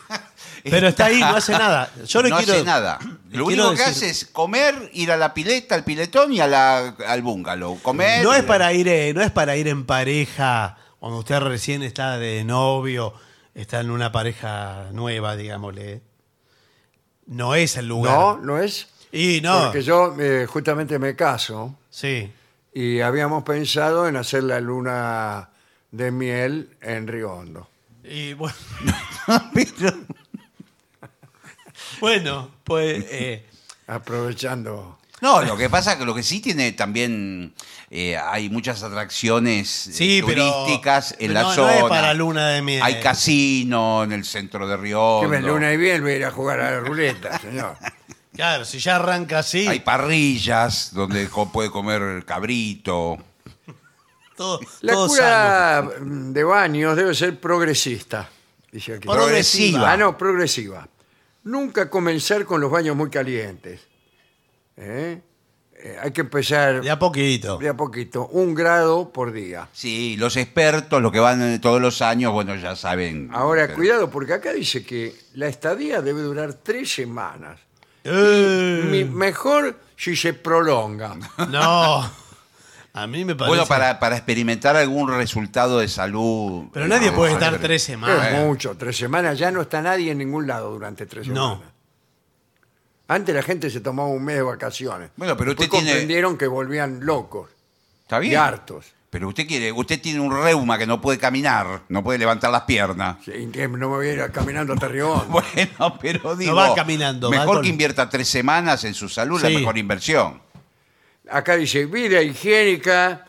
Pero está ahí, no hace nada. Yo le
no
quiero-
hace nada.
le
Lo
quiero
único que hace
decir-
es comer, ir a la pileta, al piletón y a la- al bungalow. Comer.
No es para ir, eh, no es para ir en pareja cuando usted recién está de novio, está en una pareja nueva, digámosle. No es el lugar.
No, no es.
Y no.
Porque yo eh, justamente me caso.
Sí.
y habíamos pensado en hacer la luna de miel en Río Hondo.
Y bueno,
Pero-
bueno, pues eh,
Aprovechando.
No, lo que pasa es que lo que sí tiene también. eh, hay muchas atracciones eh,
sí, pero
turísticas en la
no,
zona.
No es para luna de miel.
Hay casino en el centro de Río.
Que me
Hondo.
luna y miel voy a ir a jugar a la ruleta, señor.
Claro, si ya arranca así,
Hay parrillas donde co- puede comer cabrito.
todo,
La
todo sano.
cura mm, de baños debe ser progresista, dice aquí.
Progresiva.
Ah, no, progresiva. Nunca comenzar con los baños muy calientes. ¿Eh? Eh, hay que empezar
De a poquito.
de a poquito, un grado por día.
Sí, los expertos, los que van eh, todos los años, bueno, ya saben.
Ahora,
Pero-
cuidado, porque acá dice que la estadía debe durar tres semanas.
Eh,
Mi-
Mm.
mejor si se prolonga.
no. A mí me parece.
Bueno, para, para experimentar algún resultado de salud. eh,
Pero nadie
No,
puede
no,
estar
Ah, pero-
tres
Ah,
semanas.
Es mucho, tres semanas. Ya no está nadie en ningún lado durante tres
No.
semanas. Antes la gente se tomaba un mes de vacaciones.
Bueno, pero
Después
usted tiene-
comprendieron que volvían locos
Está
y
bien.
hartos.
Pero usted quiere, usted tiene un reuma que no puede caminar, no puede levantar las piernas.
Sí, y que no me voy a ir caminando hasta Río Hondo.
Bueno, pero digo.
va caminando, va
Mejor
con-
que invierta tres semanas en su salud, la
Sí.
mejor inversión.
Acá dice vida higiénica,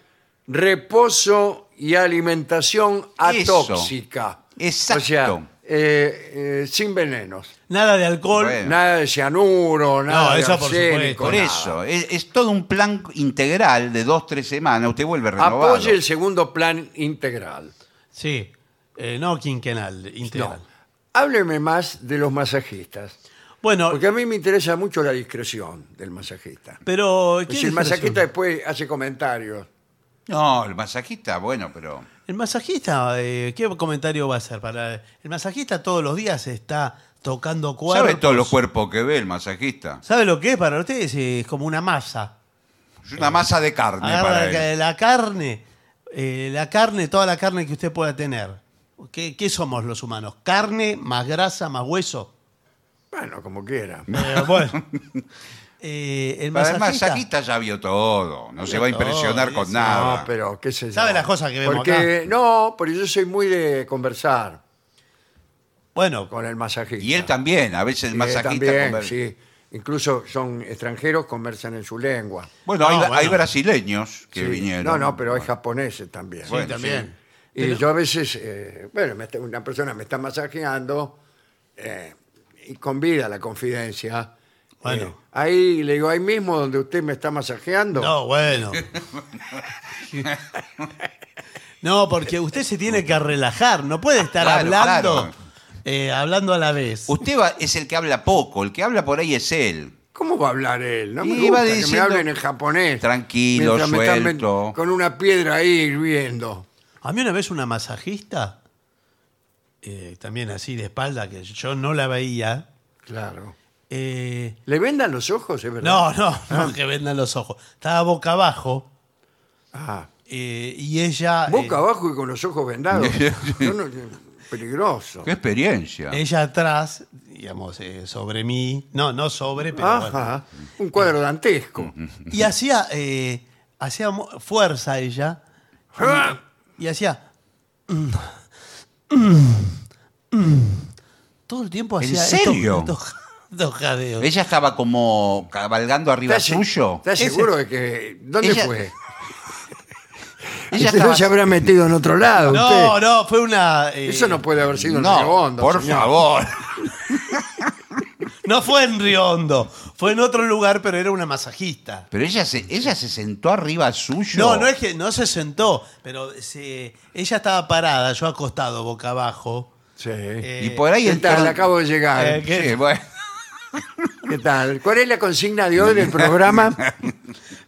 reposo y alimentación
Eso.
atóxica.
Exacto.
O sea, eh, eh, sin venenos.
Nada de alcohol.
Bueno.
Nada de cianuro, nada de
eso por
arsénico,
supuesto.
Por
nada.
eso, es, es todo un plan integral de dos, tres semanas. Usted vuelve renovado.
Apoye el segundo plan integral.
Sí. Eh, no quinquenal, integral.
No. Hábleme más de los masajistas.
Bueno,
Porque a mí me interesa mucho la discreción del masajista.
pero. ¿qué
Pues si el
diferencia?
masajista después hace comentarios.
No, el masajista, bueno, pero.
El masajista, eh, ¿qué comentario va a hacer? Para... El masajista todos los días está tocando cuerpos.
¿Sabe todos los cuerpos que ve el masajista?
¿Sabe lo que es para ustedes? Es como una masa.
Es una masa de carne
Eh, Agarra
para
la,
él.
la carne, eh, la carne, toda la carne que usted pueda tener. ¿Qué, qué somos los humanos? ¿Carne, más grasa, más hueso?
Bueno, como quiera.
Eh, bueno. Eh, el
Para el
masajista.
masajista ya vio todo, no se va a
todo,
impresionar con
dice.
nada.
No, pero qué sé yo.
¿Sabe las cosas que vemos
porque,
acá?
No, pero yo soy muy de conversar
Bueno,
con el masajista.
Y él también, a veces el
Eh,
masajista.
también,
conver-
sí. Incluso son extranjeros, conversan en su lengua.
Bueno, hay,
No, bueno.
hay brasileños que
Sí.
vinieron.
No, no, pero hay japoneses también.
Sí, Bueno, también.
Y yo a veces, eh, bueno, me está- una persona me está masajeando eh, y convida a la confidencia.
Bueno.
Eh, ahí le digo, ahí mismo donde usted me está masajeando.
no, bueno. No, porque usted se tiene que relajar, no puede estar
Claro,
hablando
claro.
eh, hablando a la vez.
Usted va- es el que habla poco, el que habla por ahí es él.
¿Cómo va a hablar él? No me
Y va
gusta que me
diciendo-
hablen en japonés.
Tranquilo,
mientras me están ven-
suelto.
con una piedra ahí hirviendo.
A mí una vez una masajista, eh, también así de espalda, que yo no la veía,
Claro.
eh,
¿Le vendan los ojos, es verdad?
No, no, no, que vendan los ojos. Estaba boca abajo
Ah,
eh, y ella. eh,
boca abajo y con los ojos vendados. No, no, peligroso.
Qué experiencia.
Ella atrás, digamos, eh, sobre mí. No, no sobre, pero bueno.
Ajá, un cuadro dantesco.
Y hacía, eh, hacía mu- fuerza ella
Ah,
y hacía. mm, mm, mm. Todo el tiempo
¿En
hacía.
serio?
Estos, estos- estos jadeos.
Ella estaba como cabalgando arriba
¿Estás se-
suyo.
¿Estás
Ese-
seguro de que.? ¿Dónde
Ella-
fue?
Ella
Usted no
estaba-
se habrá metido en otro lado.
No,
usted.
no, fue una. eh,
Eso no puede haber sido en
No,
Riondo,
por
señor.
favor.
no fue en Riondo. Fue en otro lugar, pero era una masajista.
Pero ella se, ella se sentó arriba suyo.
No, no es que no se sentó, pero se- ella estaba parada, yo acostado boca abajo.
Sí.
Eh,
Y por ahí
¿Qué tal?
entraron-
Acabo de llegar.
Eh,
Sí, bueno.
¿Qué tal? ¿Cuál es la consigna de hoy del programa?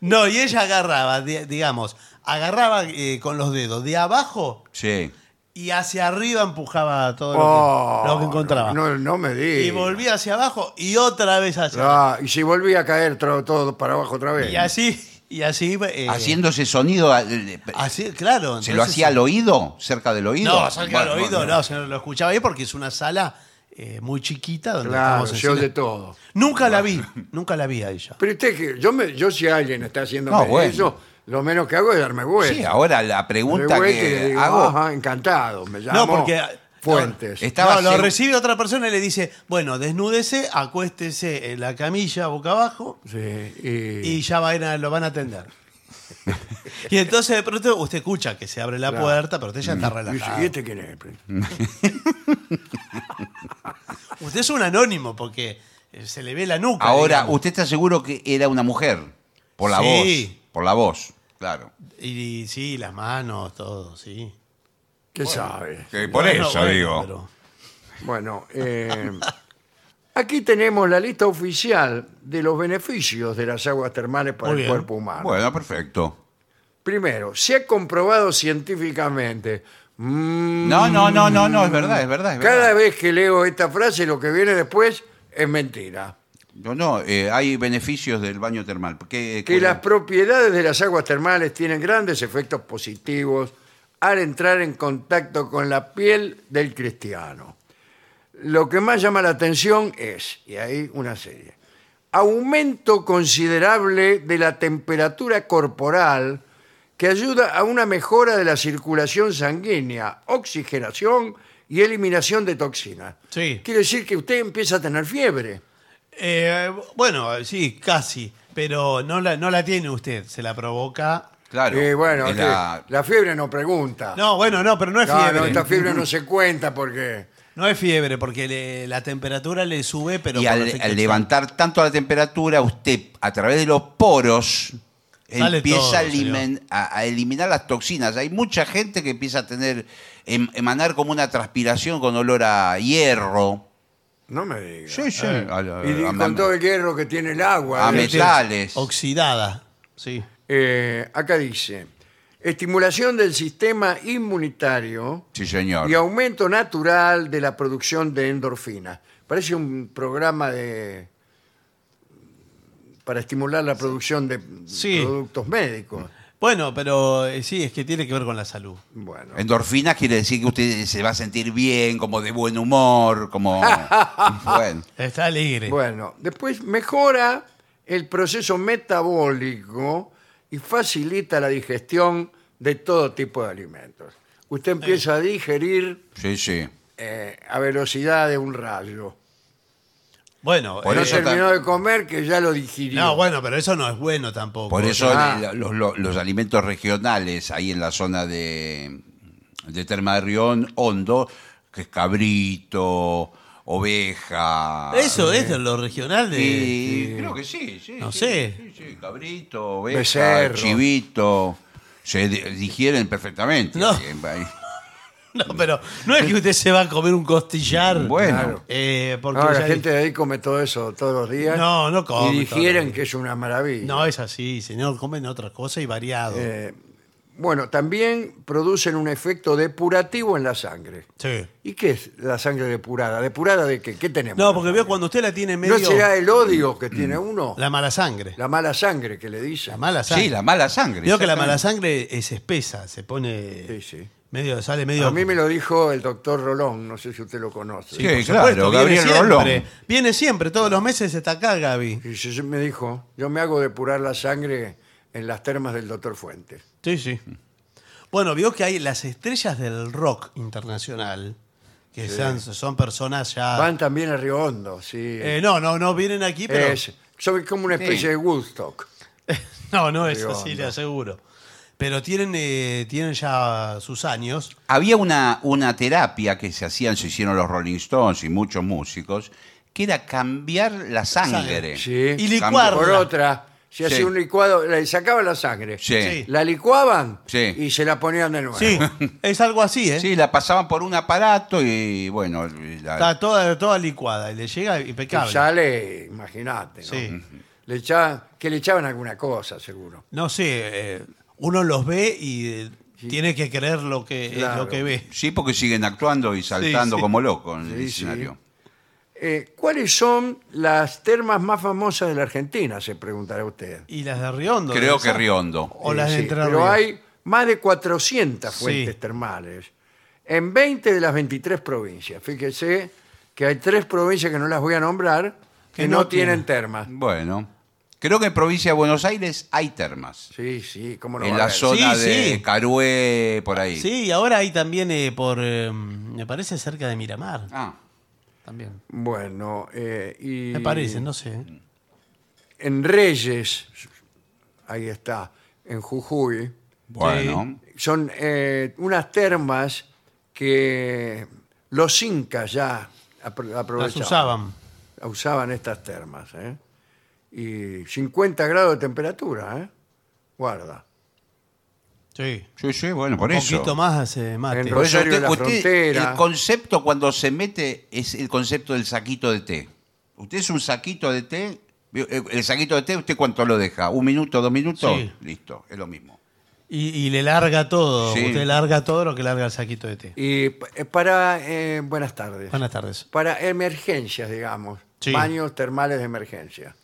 No, y ella agarraba, di- digamos, agarraba eh, con los dedos de abajo
Sí.
y hacia arriba empujaba todo lo que-
Oh,
lo, que, encontraba.
No, no me digas.
y volvía hacia abajo y otra vez hacia arriba.
Ah, y si volví a caer tro- todo para abajo otra vez.
Y así, y así. eh,
Haciéndose sonido. al- eh,
Así, claro.
¿Se lo
entonces-
hacía al oído? ¿Cerca del oído?
No, cerca del
Bueno,
oído,
bueno.
no, se lo escuchaba ahí porque es una sala eh, muy chiquita donde
claro,
estamos en
se oye
cine.
todo.
Nunca la vi, nunca la vi a ella.
Pero usted, que- yo, me, yo si alguien está haciendo
No, bueno.
eso, lo menos que hago es darme vuelta.
Sí, ahora la
Darme
pregunta
vuelta y
que
le digo,
hago.
ajá, encantado, me llamo
porque-
Fuentes.
no, Estaba
no, lo
seg-
recibe otra persona y le dice, bueno, desnúdese, acuéstese en la camilla boca abajo
Sí, y-
y ya va a ir a- lo van a atender. y entonces de pronto usted escucha que se abre la
Claro.
puerta, pero usted ya está
y dice,
relajado.
¿y este quién es?
Usted es un anónimo porque eh, se le ve la nuca.
Ahora,
digamos.
¿usted está seguro que era una mujer? Por la
Sí.
voz. Por la voz, claro.
Y, sí, las manos, todo, sí.
¿Qué sabe?
Que por
Bueno,
eso
bueno,
digo.
pero-
Bueno, eh, aquí tenemos la lista oficial de los beneficios de las aguas termales para
Muy
el
bien.
cuerpo humano.
Bueno, perfecto.
Primero, se ha comprobado científicamente. Mm,
No, no, no, no, no, es verdad, es verdad. es
Cada
verdad.
vez que leo esta frase, lo que viene después es mentira.
No, no, eh, hay beneficios del baño termal. ¿Qué-
Que
cuál-
las propiedades de las aguas termales tienen grandes efectos positivos al entrar en contacto con la piel del cristiano. Lo que más llama la atención es, y hay una serie, aumento considerable de la temperatura corporal que ayuda a una mejora de la circulación sanguínea, oxigenación y eliminación de toxinas.
Sí.
Quiere decir que usted empieza a tener fiebre.
Eh, bueno, sí, casi. Pero no la, no la tiene usted, se la provoca.
Claro.
Eh, bueno,
de
que
la-
la fiebre no pregunta.
No, bueno, no, pero no es
Claro,
fiebre.
esta fiebre no se cuenta porque
No es fiebre, porque le- la temperatura le sube, pero.
y
por
al,
efecto
al
del
levantar tanto la temperatura, usted a través de los poros
Sale
empieza
todo,
a, elimen- a- a eliminar las toxinas. Hay mucha gente que empieza a tener, em- emanar como una transpiración con olor a hierro.
No me digas.
Sí, sí. A- a-
Y
a-
con todo el hierro que tiene el agua.
A
eh,
sol.
metales.
Oxidada. Sí.
eh, acá dice, estimulación del sistema inmunitario
Sí, señor.
y aumento natural de la producción de endorfinas. Parece un programa de para estimular la producción de
Sí.
productos médicos.
Bueno, pero eh, sí, es que tiene que ver con la salud.
Bueno.
Endorfinas quiere decir que usted se va a sentir bien, como de buen humor, como... bueno.
Está alegre.
Bueno, después mejora el proceso metabólico y facilita la digestión de todo tipo de alimentos. Usted empieza a digerir
Sí, sí.
eh, a velocidad de un rayo.
Bueno,
Por
no
eh,
eso
terminó
tam-
de comer que ya lo digirió.
no, bueno, pero eso no es bueno tampoco.
Por eso
Ah.
la- los, los- los alimentos regionales ahí en la zona de, de Terma de Rión, Hondo, que es cabrito, oveja.
Eso es de lo regional de.
Ah, Sí, creo que sí, sí.
No
sí,
sé.
sí, sí, cabrito, oveja,
Becerro.
chivito. Se di- digieren perfectamente.
No.
Ahí, ahí.
No, pero no es que usted se va a comer un costillar.
Bueno.
Claro.
eh, porque
No, la
ya-
gente de ahí come todo eso todos los días.
No, no come
Y
todos los
digieren
días.
que es una maravilla.
No, es así, señor. Comen otra cosa y variado.
Eh, bueno, también producen un efecto depurativo en la sangre.
sí.
¿Y qué es la sangre depurada? ¿Depurada de qué? ¿Qué tenemos?
No, porque veo cuando usted la tiene medio.
¿No será el odio que tiene uno? La,
La mala sangre. La,
mala sangre que le dicen.
mala sangre.
Sí, la mala sangre.
Veo que la mala
exactamente.
sangre es espesa, se pone.
Sí, sí.
Medio, sale medio.
A mí me lo dijo el doctor Rolón, no sé si usted lo conoce.
Sí.
Por
claro,
supuesto, viene
Gabriel
siempre.
Rolón.
Viene siempre, todos los meses está acá, Gaby.
Y se- se me dijo, yo me hago depurar la sangre en las termas del doctor Fuentes.
Sí, sí. Bueno, vio que hay las estrellas del rock internacional, que son, son personas ya.
Van Eh, también a Río Hondo, sí.
Eh, no, no, no vienen aquí, pero.
Es- son como una especie
Sí.
de Woodstock.
No, no es
Río
así,
Hondo.
le aseguro. Pero tienen, eh, tienen ya sus años.
Había una, una terapia que se hacían, se hicieron los Rolling Stones y muchos músicos, que era cambiar la sangre.
Sí.
Y licuarla.
Por otra, se
Sí.
hacía un licuado, le sacaban la sangre,
Sí.
la licuaban
Sí.
y se la ponían de nuevo.
Sí, es algo así, ¿eh?
Sí, la pasaban por un aparato y bueno, la-
Está toda, toda licuada y le llega impecable.
Y sale, imagínate. ¿no?
Sí.
Le echaban, que le echaban alguna cosa, seguro.
No sé, eh, uno los ve y eh, tiene que creer lo que, eh,
Claro.
lo que ve.
sí, porque siguen actuando y saltando
Sí, sí.
como locos en el
Sí,
escenario.
Eh, ¿Cuáles son las termas más famosas de la Argentina? Se preguntará usted.
Y las de Riondo.
Creo
debe
que
ser.
Riondo.
O
Eh,
las de
sí,
Entre
Pero
Ríos.
hay más de 400 fuentes
Sí.
termales en 20 de las 23 provincias. Fíjese que hay tres provincias que no las voy a nombrar que,
Que
no,
no
tienen
tienen.
termas.
Bueno, creo que en provincia de Buenos Aires hay termas.
Sí, sí, cómo no. va
En
a
la
haber?
zona
Sí,
de
sí.
Carué, por ahí.
Sí, y ahora hay también eh, por. eh, me parece cerca de Miramar.
Ah,
También.
Bueno, eh, y
Me parece, no sé. ¿eh?
en Reyes, ahí está, en Jujuy,
bueno.
son eh, unas termas que los incas ya apro-
Las
aprovechaban.
usaban.
usaban estas termas. ¿eh? Y 50 grados de temperatura, ¿eh? guarda.
Sí.
Sí, sí, bueno, por
Un
eso.
poquito más hace mate.
En Ro- Rosario de la Frontera.
El concepto cuando se mete es el concepto del saquito de té. Usted es un saquito de té. El el saquito de té, ¿usted cuánto lo deja? ¿Un minuto, dos minutos?
Sí.
Listo, es lo mismo.
Y, y le larga todo.
Sí.
Usted larga todo lo que larga el saquito de té.
Y pa- eh, para, eh, buenas tardes,
Buenas tardes.
para emergencias, digamos,
Sí.
baños termales de emergencia.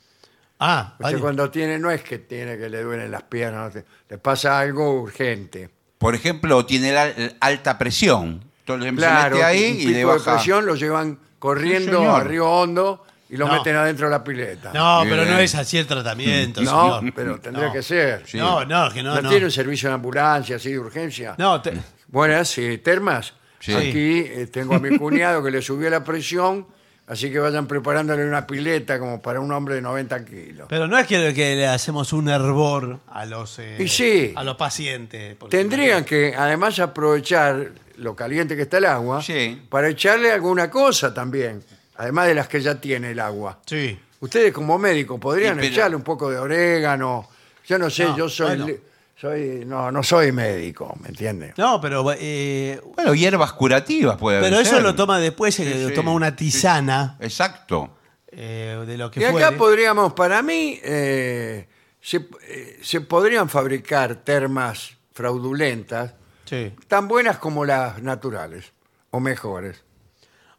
Ah,
Usted
baño.
cuando tiene, no es que tiene que le duelen las piernas, no sé, le pasa algo urgente.
Por ejemplo, tiene la, la alta presión. Entonces
Claro,
se mete ahí
un
y
pico
le
de
baja.
presión lo llevan corriendo
señor.
a Río Hondo y lo
No.
meten adentro de la pileta.
No,
Bien.
pero no es así el tratamiento,
No,
señor.
pero tendría
No.
que ser.
Sí.
No, no, que no,
No,
no.
tiene un servicio de ambulancia, así de urgencia.
No, te-
Buenas, eh, Termas.
Sí.
Aquí eh, tengo a mi cuñado que le subió la presión, Así que vayan preparándole una pileta como para un hombre de 90 kilos.
Pero no es que, que le hacemos un hervor a los, eh,
Y sí.
a los pacientes. porque-
Tendrían que además aprovechar lo caliente que está el agua
Sí.
para echarle alguna cosa también, además de las que ya tiene el agua.
Sí.
Ustedes como médicos podrían
Y pero-
echarle un poco de orégano. Yo no sé,
No,
yo soy,
bueno.
soy no no soy médico, ¿me entiende?
No, pero eh,
Bueno, hierbas curativas puede
Pero
haber
eso
ser.
lo toma después, eh,
Sí,
lo
sí.
toma una tisana
Exacto.
eh, de lo que
Y
fue.
acá podríamos, para mí, eh, se, eh, se podrían fabricar termas fraudulentas
Sí.
tan buenas como las naturales o mejores.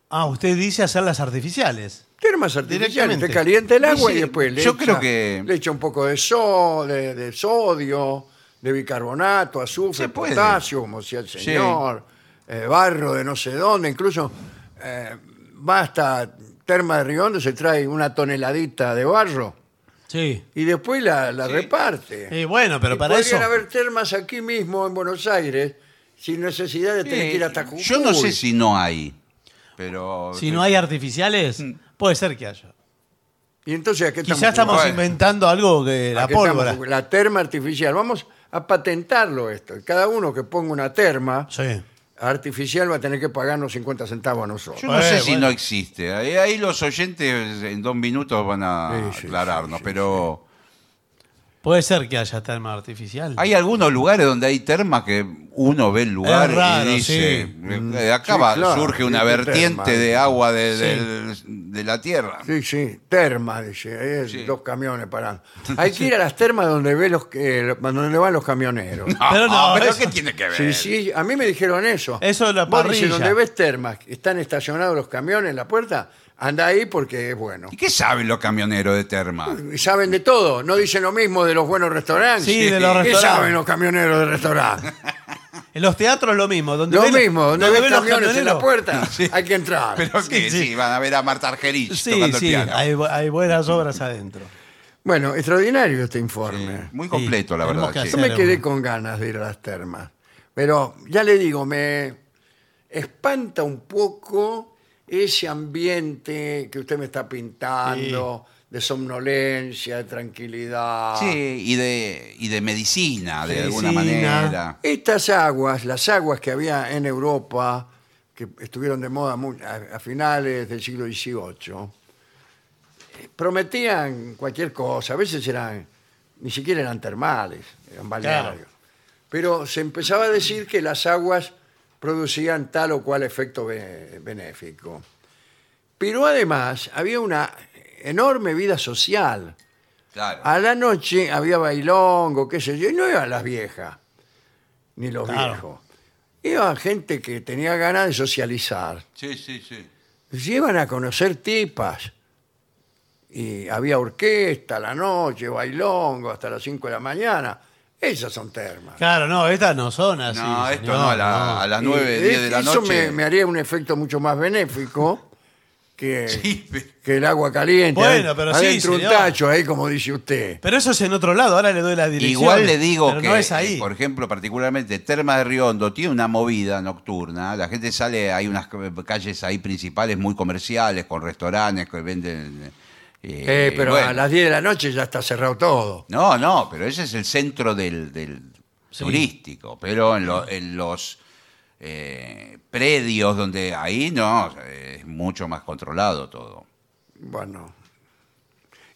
Ah, usted dice hacer las artificiales.
Termas artificiales,
Directamente.
usted calienta el agua y
Dice-
después le,
yo
echa,
creo que-
le echa un poco de, so- de, de sodio, de bicarbonato, azufre,
Se puede.
potasio, como decía el señor, eh, barro de no sé dónde, incluso eh, va hasta Terma de Río Hondo, se trae una toneladita de barro
Sí.
y después la, la reparte.
Eh,
Y Eh, bueno, pero
Y
para eso.
Podrían haber termas aquí mismo en Buenos Aires sin necesidad de tener que ir hasta Jujuy.
Yo no sé si no hay. Pero.
Si no hay artificiales, puede ser que haya.
Y entonces, ¿a qué
Quizás estamos
Bueno.
inventando algo que la
¿A qué Ah, estamos
pólvora.
jugando? la terma artificial. Vamos a patentarlo esto. Cada uno que ponga una terma
Sí.
artificial va a tener que pagarnos 50 centavos a nosotros.
Yo no
Eh,
sé si
bueno.
no existe. Ahí, ahí los oyentes en dos minutos van a
Sí, sí,
aclararnos. pero
Puede ser que haya terma artificial.
hay algunos lugares donde hay termas que uno ve el lugar
Es raro,
y dice:
sí.
eh, Acá
Sí,
va-
claro,
surge una
dice
vertiente
terma.
de agua de, del- de la tierra.
Sí, sí, terma, dice. Ahí
Sí.
Dos camiones parando. Hay que ir a las termas donde, ve los, que- eh, donde van los camioneros.
Pero no,
Ah, pero
eso-
¿qué tiene que ver?
Sí, sí, a mí me dijeron eso.
Eso es la
Vos dices,
parrilla.
donde ves termas, que están estacionados los camiones en la puerta, anda ahí porque es bueno.
¿Y qué saben los camioneros de terma?
Y saben de todo, no dicen lo mismo de los buenos restaurantes.
Sí, de los
¿Qué
restaurantes.
saben los camioneros de restaurantes?
En los teatros lo mismo. Donde
Lo
ven-
mismo, donde
donde
ves
ven los
camiones en la
camioneros.
puerta, hay que entrar.
Pero
Sí,
que sí,
sí.
van a ver a Marta Argerich
Sí,
tocando el
sí,
piano.
hay, bu- hay buenas obras adentro.
Bueno, extraordinario este informe.
Muy completo, la
Sí, tenemos
verdad.
que
sí.
Yo me quedé con ganas de ir a las termas. Pero ya le digo, me espanta un poco ese ambiente que usted me está pintando de somnolencia, de tranquilidad.
Sí, y de, y de medicina, de alguna
Medicina.
manera.
Estas aguas, las aguas que había en Europa, que estuvieron de moda mu- a, a finales del siglo XVIII, eh, prometían cualquier cosa. A veces eran, ni siquiera eran termales, eran balnearios. Pero se empezaba a decir que las aguas producían tal o cual efecto be- benéfico. Pero además había una enorme vida social.
Claro.
Ah.
A la noche había bailongo, qué sé yo, y no iban las viejas, ni los
Claro.
viejos. Iba gente que tenía ganas de socializar.
Sí, sí, sí.
Llevan a conocer tipas. Y había orquesta a la noche, bailongo hasta las 5 de la mañana. Esas son termas.
Claro, no, estas no son así.
no, esto
Ah, señor,
no, a, la-
no.
a las
Y
9,
es-
10 de la
eso
noche.
me, me haría un efecto mucho más benéfico que,
Sí, pe-
que el agua caliente.
Bueno, pero sí,
adentro un
señor.
tacho ahí, como dice usted.
Pero eso es en otro lado, ahora le doy la dirección.
Igual le digo
pero
que,
no es ahí.
eh, por ejemplo, particularmente Terma de Riondo tiene una movida nocturna. La gente sale, hay unas ca- calles ahí principales muy comerciales, con restaurantes que venden. eh,
Eh, pero
bueno.
a las 10 de la noche ya está cerrado todo.
No, no, pero ese es el centro del, del
Sí.
turístico. Pero en, lo- en los eh, predios donde ahí no, eh, es mucho más controlado todo.
Bueno.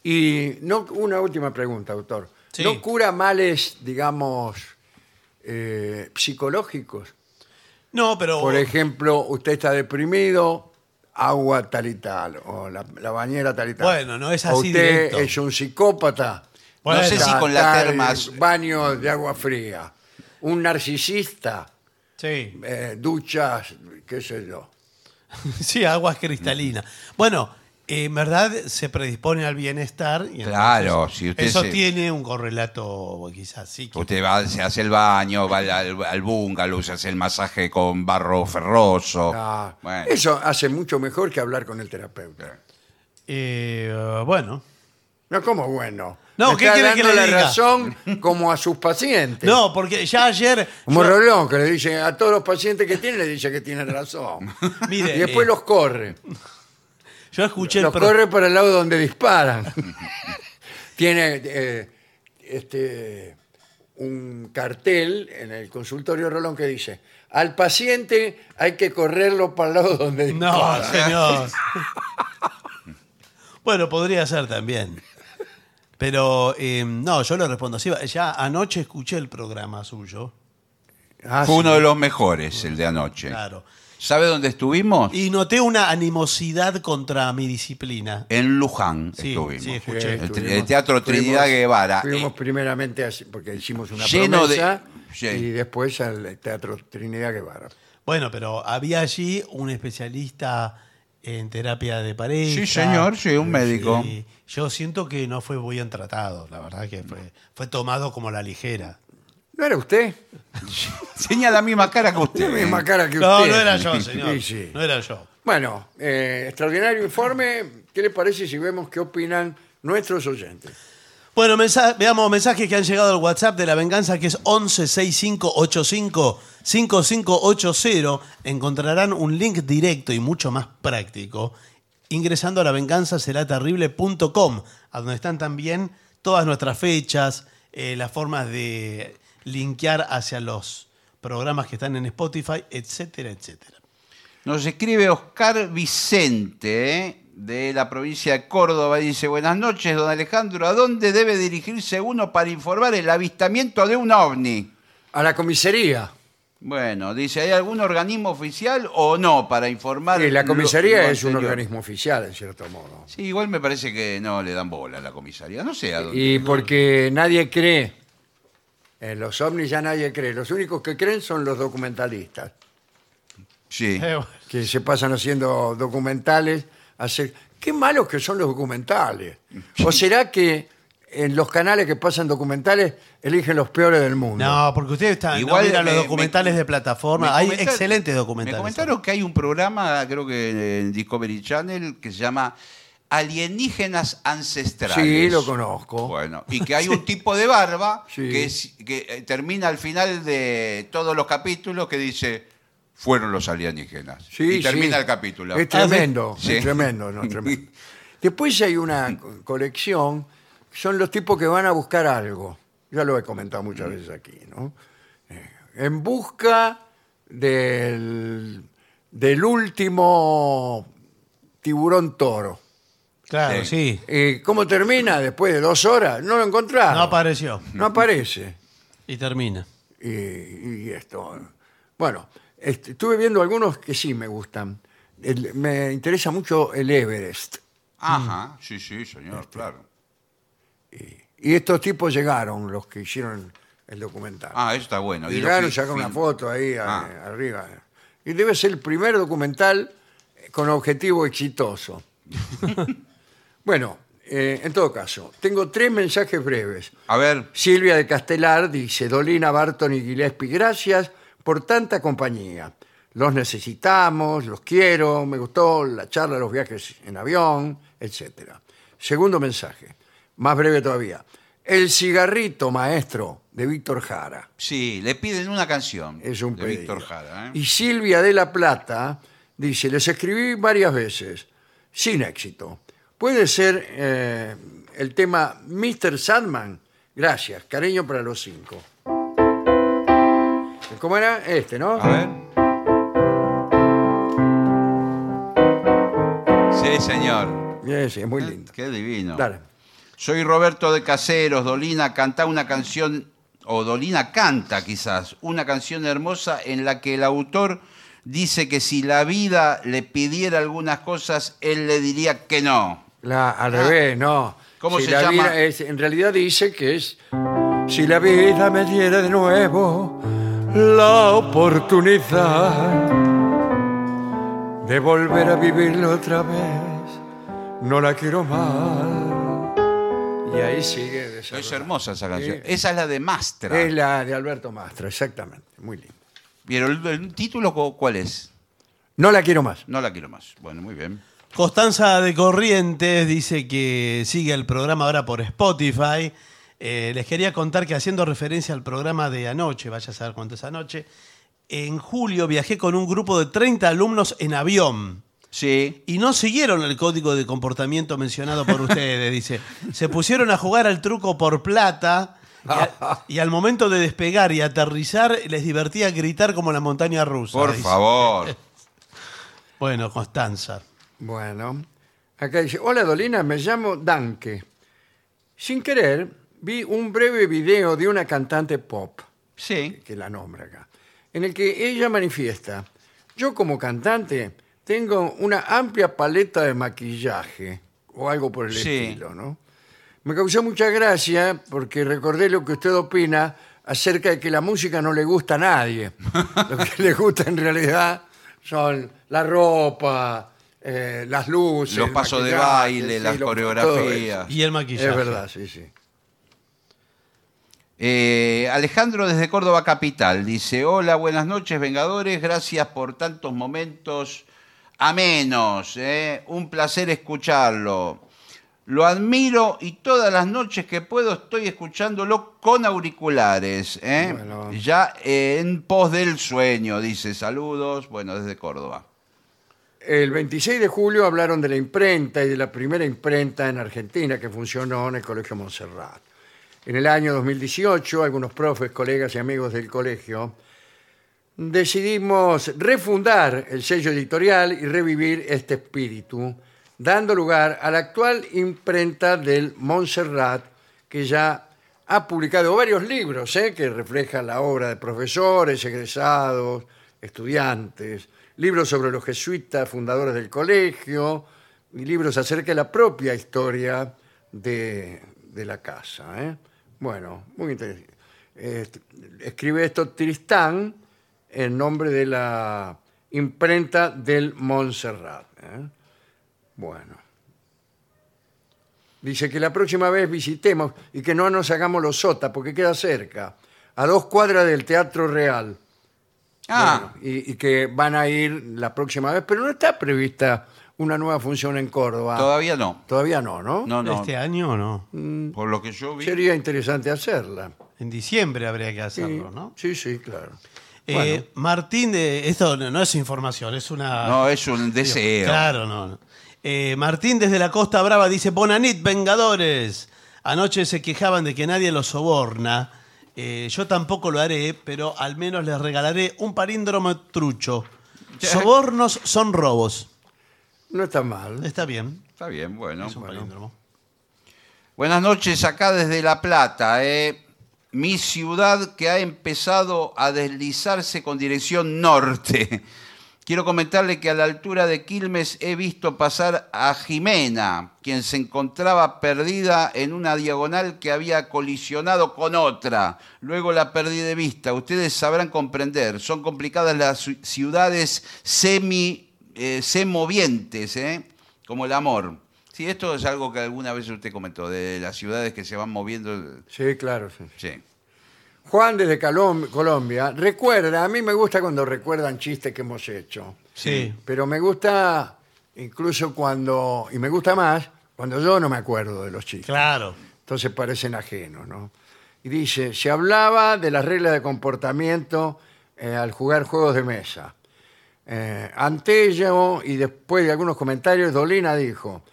Y no, una última pregunta, doctor.
Sí.
¿No cura males, digamos, eh, psicológicos?
No, pero.
Por ejemplo, usted está deprimido, agua tal y tal, o la, la bañera tal y tal.
Bueno, no es
O
así
Usted
directo.
es un psicópata.
Bueno.
no sé si
Tal-
con las
tal,
termas.
Baño de agua fría. Un narcisista,
Sí.
eh, duchas, qué sé yo.
Sí, aguas cristalinas. Bueno, eh, en verdad se predispone al bienestar. y
Claro,
entonces
si usted
Eso
se-
tiene un correlato quizás psíquico.
Usted va, se hace el baño, va al, al, al bungalow, se hace el masaje con barro ferroso.
Ah,
Bueno,
Eso hace mucho mejor que hablar con el terapeuta.
Eh, uh, bueno.
No, como bueno.
No,
Me
¿qué
está
quiere que
dando
le
la
diga?
razón como a sus pacientes.
No, porque ya ayer.
Como
yo-
Rolón, que le dice a todos los pacientes que tiene, le dice que tiene razón.
Mire,
y después
eh,
los corre.
Yo escuché el
Los
pro-
corre para el lado donde disparan. Tiene eh, este, un cartel en el consultorio Rolón que dice: al paciente hay que correrlo para el lado donde disparan.
No, señor. bueno, podría ser también. Pero eh, no, yo le respondo. así. ya anoche escuché el programa suyo.
Ah,
Fue
sí.
uno de los mejores, el de anoche.
Claro.
¿Sabe dónde estuvimos?
Y noté una animosidad contra mi disciplina.
En Luján
Sí,
estuvimos.
sí,
Sí,
escuché.
El tri-
estuvimos-
el Teatro Trinidad
fuimos-
Guevara. eh.
Fuimos primeramente así, porque hicimos una
Lleno de-
promesa
Sí.
y después al Teatro Trinidad Guevara.
Bueno, pero había allí un especialista en terapia de pareja.
Sí, señor, sí, un médico.
Sí. Yo siento que no fue muy bien tratado, la verdad que fue, fue tomado como la ligera.
¿No era usted?
Tenía la misma cara que usted. ¿eh?
La misma cara que
No,
usted.
no era yo, señor.
Sí, sí.
No era yo.
Bueno, eh, extraordinario informe. ¿Qué le parece si vemos qué opinan nuestros oyentes?
Bueno, mensa- veamos mensajes que han llegado al WhatsApp de La Venganza, que es 1165855580. Encontrarán un link directo y mucho más práctico ingresando a lavenganzaseraterrible.com, a donde están también todas nuestras fechas, eh, las formas de linkear hacia los programas que están en Spotify, etcétera, etcétera.
Nos escribe Oscar Vicente de la provincia de Córdoba y dice, buenas noches, don Alejandro, ¿a dónde debe dirigirse uno para informar el avistamiento de un ovni?
A la comisaría.
Bueno, dice, ¿hay algún organismo oficial o no para informar?
Sí, Eh, la
lo-
comisaría
lo
es un
anterior?
organismo oficial, en cierto modo.
Sí, igual me parece que no le dan bola a la comisaría. No sé a dónde.
Eh, Y porque nadie cree. En los ovnis ya nadie cree. Los únicos que creen son los documentalistas,
Sí.
Eh, bueno.
que se pasan haciendo documentales. Hacer... Qué malos que son los documentales. ¿O será que en los canales que pasan documentales eligen los peores del mundo?
No, porque usted está
Igual
Igual
eh,
mira los
me-
documentales
me-
de plataforma.
me
Hay
comentar-
excelentes
Me
documentales.
comentaron que hay un programa, creo que en Discovery Channel, que se llama Alienígenas Ancestrales.
Sí, lo conozco.
Bueno, y que hay un tipo de barba
Sí.
que, es- que, eh, termina al final de todos los capítulos que dice, fueron los alienígenas.
Sí,
y termina
sí.
el capítulo.
Es tremendo,
Ah, sí.
es
Sí.
tremendo, no, tremendo. Después hay una co- colección, son los tipos que van a buscar algo. Ya lo he comentado
Mm.
muchas veces aquí, ¿no? Eh, En busca del, del último tiburón toro.
Claro,
Sí.
sí.
Eh, ¿Cómo termina? Después de dos horas, no lo encontraron.
No apareció.
No aparece.
Y termina.
y, y esto. Bueno, este, estuve viendo algunos que sí me gustan. El- me interesa mucho el Everest.
Ajá, sí, sí, señor,
Este,
claro.
Y estos tipos llegaron, los que hicieron el documental.
Ah, eso está bueno. Y lo
llegaron,
fil-
sacaron una
fil-
foto ahí a-
Ah.
arriba. Y debe ser el primer documental con objetivo exitoso. bueno, eh, en todo caso, tengo tres mensajes breves.
A ver,
Silvia de Castelar dice, Dolina, Barton y Gillespie, gracias por tanta compañía. Los necesitamos, los quiero, me gustó la charla de los viajes en avión, etc. Segundo mensaje, más breve todavía. El cigarrito maestro de Víctor Jara.
sí, le piden una canción
Es un
de Víctor
pedido.
Jara. ¿eh?
Y Silvia de la Plata dice, les escribí varias veces, sin éxito. Puede ser eh, el tema Mr. Sandman. Gracias, cariño para los cinco. ¿Cómo era? Este, ¿no?
A ver. Sí, señor.
Eh, sí, es muy lindo.
Qué divino.
Dale.
Soy Roberto de Caseros. Dolina canta una canción, o Dolina canta quizás, una canción hermosa en la que el autor dice que si la vida le pidiera algunas cosas, él le diría que no.
La, al revés, no.
Ah. ¿Cómo
Si
se
la
llama?
vida es- en realidad dice que es si la vida me diera de nuevo la oportunidad de volver a vivirlo otra vez, no la quiero más. Y ahí sigue.
Es
desarrollando.
hermosa esa canción.
Sí.
Esa es la de Mastra.
Es la de Alberto Mastra, exactamente. Muy lindo.
Pero el, el título, cu- ¿cuál es?
No la quiero más.
No la quiero más. Bueno, muy bien.
Constanza de Corrientes dice que sigue el programa ahora por Spotify. Eh, les quería contar que haciendo referencia al programa de anoche, vaya a saber cuánto es anoche, en julio viajé con un grupo de 30 alumnos en avión
Sí.
Y no siguieron el código de comportamiento mencionado por ustedes, dice. Se pusieron a jugar al truco por plata y, a- y al momento de despegar y aterrizar les divertía gritar como la montaña
Pues
rusa.
Por
dice.
favor.
Bueno, Constanza.
Bueno, acá dice, hola Dolina, me llamo Danke. Sin querer, vi un breve video de una cantante pop,
Sí.
que la nombra acá, en el que ella manifiesta, yo como cantante tengo una amplia paleta de maquillaje, o algo por el
Sí.
estilo, ¿no? Me causó mucha gracia porque recordé lo que usted opina acerca de que la música no le gusta a nadie. lo que le gusta en realidad son la ropa, eh, las luces,
Los
el
pasos de
maquillaje,
baile, las
lo-
coreografías.
Y el
todo
maquillaje.
eso. Es verdad, sí, sí.
Eh, Alejandro desde Córdoba Capital dice, hola, buenas noches, Vengadores, gracias por tantos momentos amenos, ¿eh? un placer escucharlo. Lo admiro y todas las noches que puedo estoy escuchándolo con auriculares, ¿eh?
Bueno.
ya eh, en pos del sueño, dice, saludos, bueno, desde Córdoba.
El 26 de julio hablaron de la imprenta y de la primera imprenta en Argentina que funcionó en el Colegio Montserrat. En el año 2018, algunos profes, colegas y amigos del colegio decidimos refundar el sello editorial y revivir este espíritu, dando lugar a la actual imprenta del Montserrat, que ya ha publicado varios libros ¿eh? que reflejan la obra de profesores, egresados, estudiantes, libros sobre los jesuitas, fundadores del colegio, y libros acerca de la propia historia de, de la casa. ¿eh? Bueno, muy interesante. Este, escribe esto Tristán en nombre de la imprenta del Montserrat. ¿eh? Bueno. Dice que la próxima vez visitemos y que no nos hagamos los sotas, porque queda cerca, a dos cuadras del Teatro Real.
Ah,
Bueno, y, y que van a ir la próxima vez, pero no está prevista una nueva función en Córdoba.
todavía no.
Todavía no, ¿no?
No, no,
¿Este año o no?
por lo que yo vi.
Sería interesante hacerla.
En diciembre habría que
Sí,
hacerlo, ¿no?
sí, sí, claro.
Eh, Martín, de, esto no no es información, es una...
No, es un deseo.
Claro, no. Eh, Martín desde la Costa Brava dice, Bonanit, Vengadores. Anoche se quejaban de que nadie los soborna. Eh, yo tampoco lo haré, pero al menos les regalaré un palíndromo trucho. Sobornos son robos.
No está mal.
Está bien.
Está bien, bueno.
Es un palíndromo.
Buenas noches acá desde La Plata, eh. mi ciudad que ha empezado a deslizarse con dirección norte. Quiero comentarle que a la altura de Quilmes he visto pasar a Jimena, quien se encontraba perdida en una diagonal que había colisionado con otra. Luego la perdí de vista. Ustedes sabrán comprender. Son complicadas las ci- ciudades semi, eh, semovientes, ¿eh? como el amor. Sí, esto es algo que alguna vez usted comentó, de las ciudades que se van moviendo.
Sí, claro. sí.
Sí.
Juan desde Calom- Colombia recuerda, a mí me gusta cuando recuerdan chistes que hemos hecho,
Sí.
pero me gusta incluso cuando, y me gusta más, cuando yo no me acuerdo de los chistes.
Claro.
Entonces parecen ajenos, ¿no? Y dice, se hablaba de las reglas de comportamiento eh, al jugar juegos de mesa. Eh, ante ello, y después de algunos comentarios, Dolina dijo,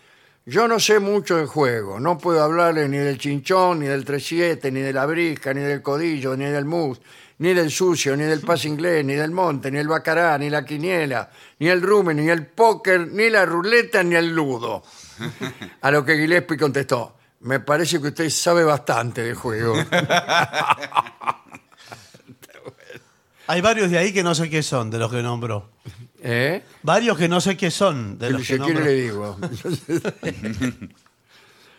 yo no sé mucho de juego, no puedo hablarle ni del chinchón, ni del 37, ni de la brisca, ni del codillo, ni del mus, ni del sucio, ni del pase inglés, ni del monte, ni el bacará, ni la quiniela, ni el rumen, ni el póker, ni la ruleta, ni el ludo. A lo que Gillespie contestó, me parece que usted sabe bastante de juego.
Hay varios de ahí que no sé qué son, de los que nombró.
¿Eh?
Varios que no sé qué son, de
Si
los que
quiere
nombró.
le digo.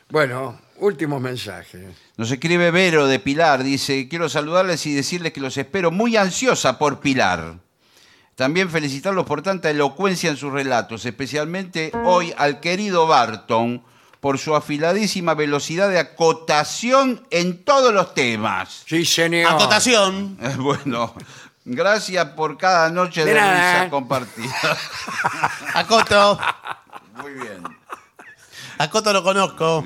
bueno, últimos mensajes.
Nos escribe Vero de Pilar, dice, quiero saludarles y decirles que los espero muy ansiosa por Pilar. También felicitarlos por tanta elocuencia en sus relatos, especialmente hoy al querido Barton por su afiladísima velocidad de acotación en todos los temas.
Sí, señor.
Acotación.
Eh, Bueno, gracias por cada noche de,
De nada.
risa compartida.
Acoto.
Muy bien.
Acoto lo conozco.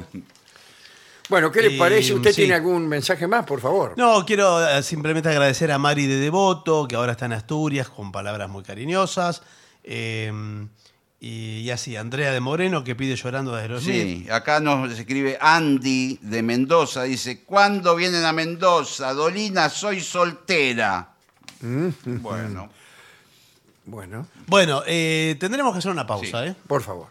Bueno, ¿qué le
Eh,
parece? ¿Usted
sí.
tiene algún mensaje más, por favor?
No, quiero eh, simplemente agradecer a Mari de Devoto, que ahora está en Asturias, con palabras muy cariñosas. eh, Y, y así, Andrea de Moreno que pide llorando desde los
Sí, acá nos escribe Andy de Mendoza. Dice, ¿cuándo vienen a Mendoza? Dolina, soy soltera.
Mm.
Bueno,
Bueno,
Bueno, eh, tendremos que hacer una pausa,
Sí.
¿eh?
por favor.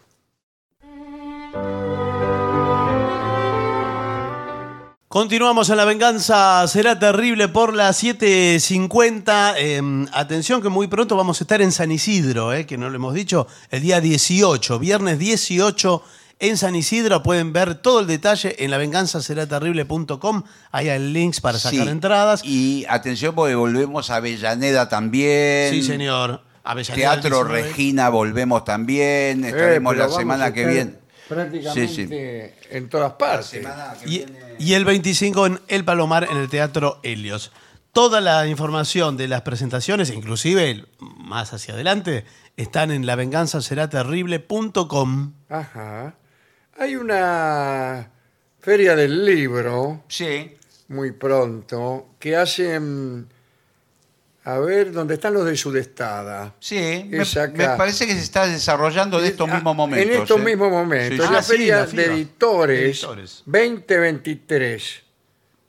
Continuamos en La Venganza Será Terrible por las 7.50. Eh, atención que muy pronto vamos a estar en San Isidro, eh, que no lo hemos dicho, el día 18, viernes 18 en San Isidro. Pueden ver todo el detalle en lavenganzaseraterrible.com. Ahí hay links para sacar
Sí.
entradas.
Y atención porque volvemos a Avellaneda también.
Sí, señor. Avellaneda,
Teatro
19.
Regina volvemos también. Estaremos
Eh, pero
la
vamos a
semana que
estar
viene.
Prácticamente
Sí,
en todas partes.
Y, y el 25 en El Palomar, en el Teatro Helios. Toda la información de las presentaciones, inclusive el- más hacia adelante, están en lavenganzaseraterrible.com.
Ajá. Hay una feria del libro
Sí.
muy pronto que hacen. A ver, ¿dónde están los de Sudestada?
Sí, me,
Es acá.
me parece que se está desarrollando de estos
Ah,
mismos momentos.
En estos
¿eh?
mismos momentos.
Sí,
la
Ah, sí,
feria
la
de
FIBA.
editores,
Editores.
2023.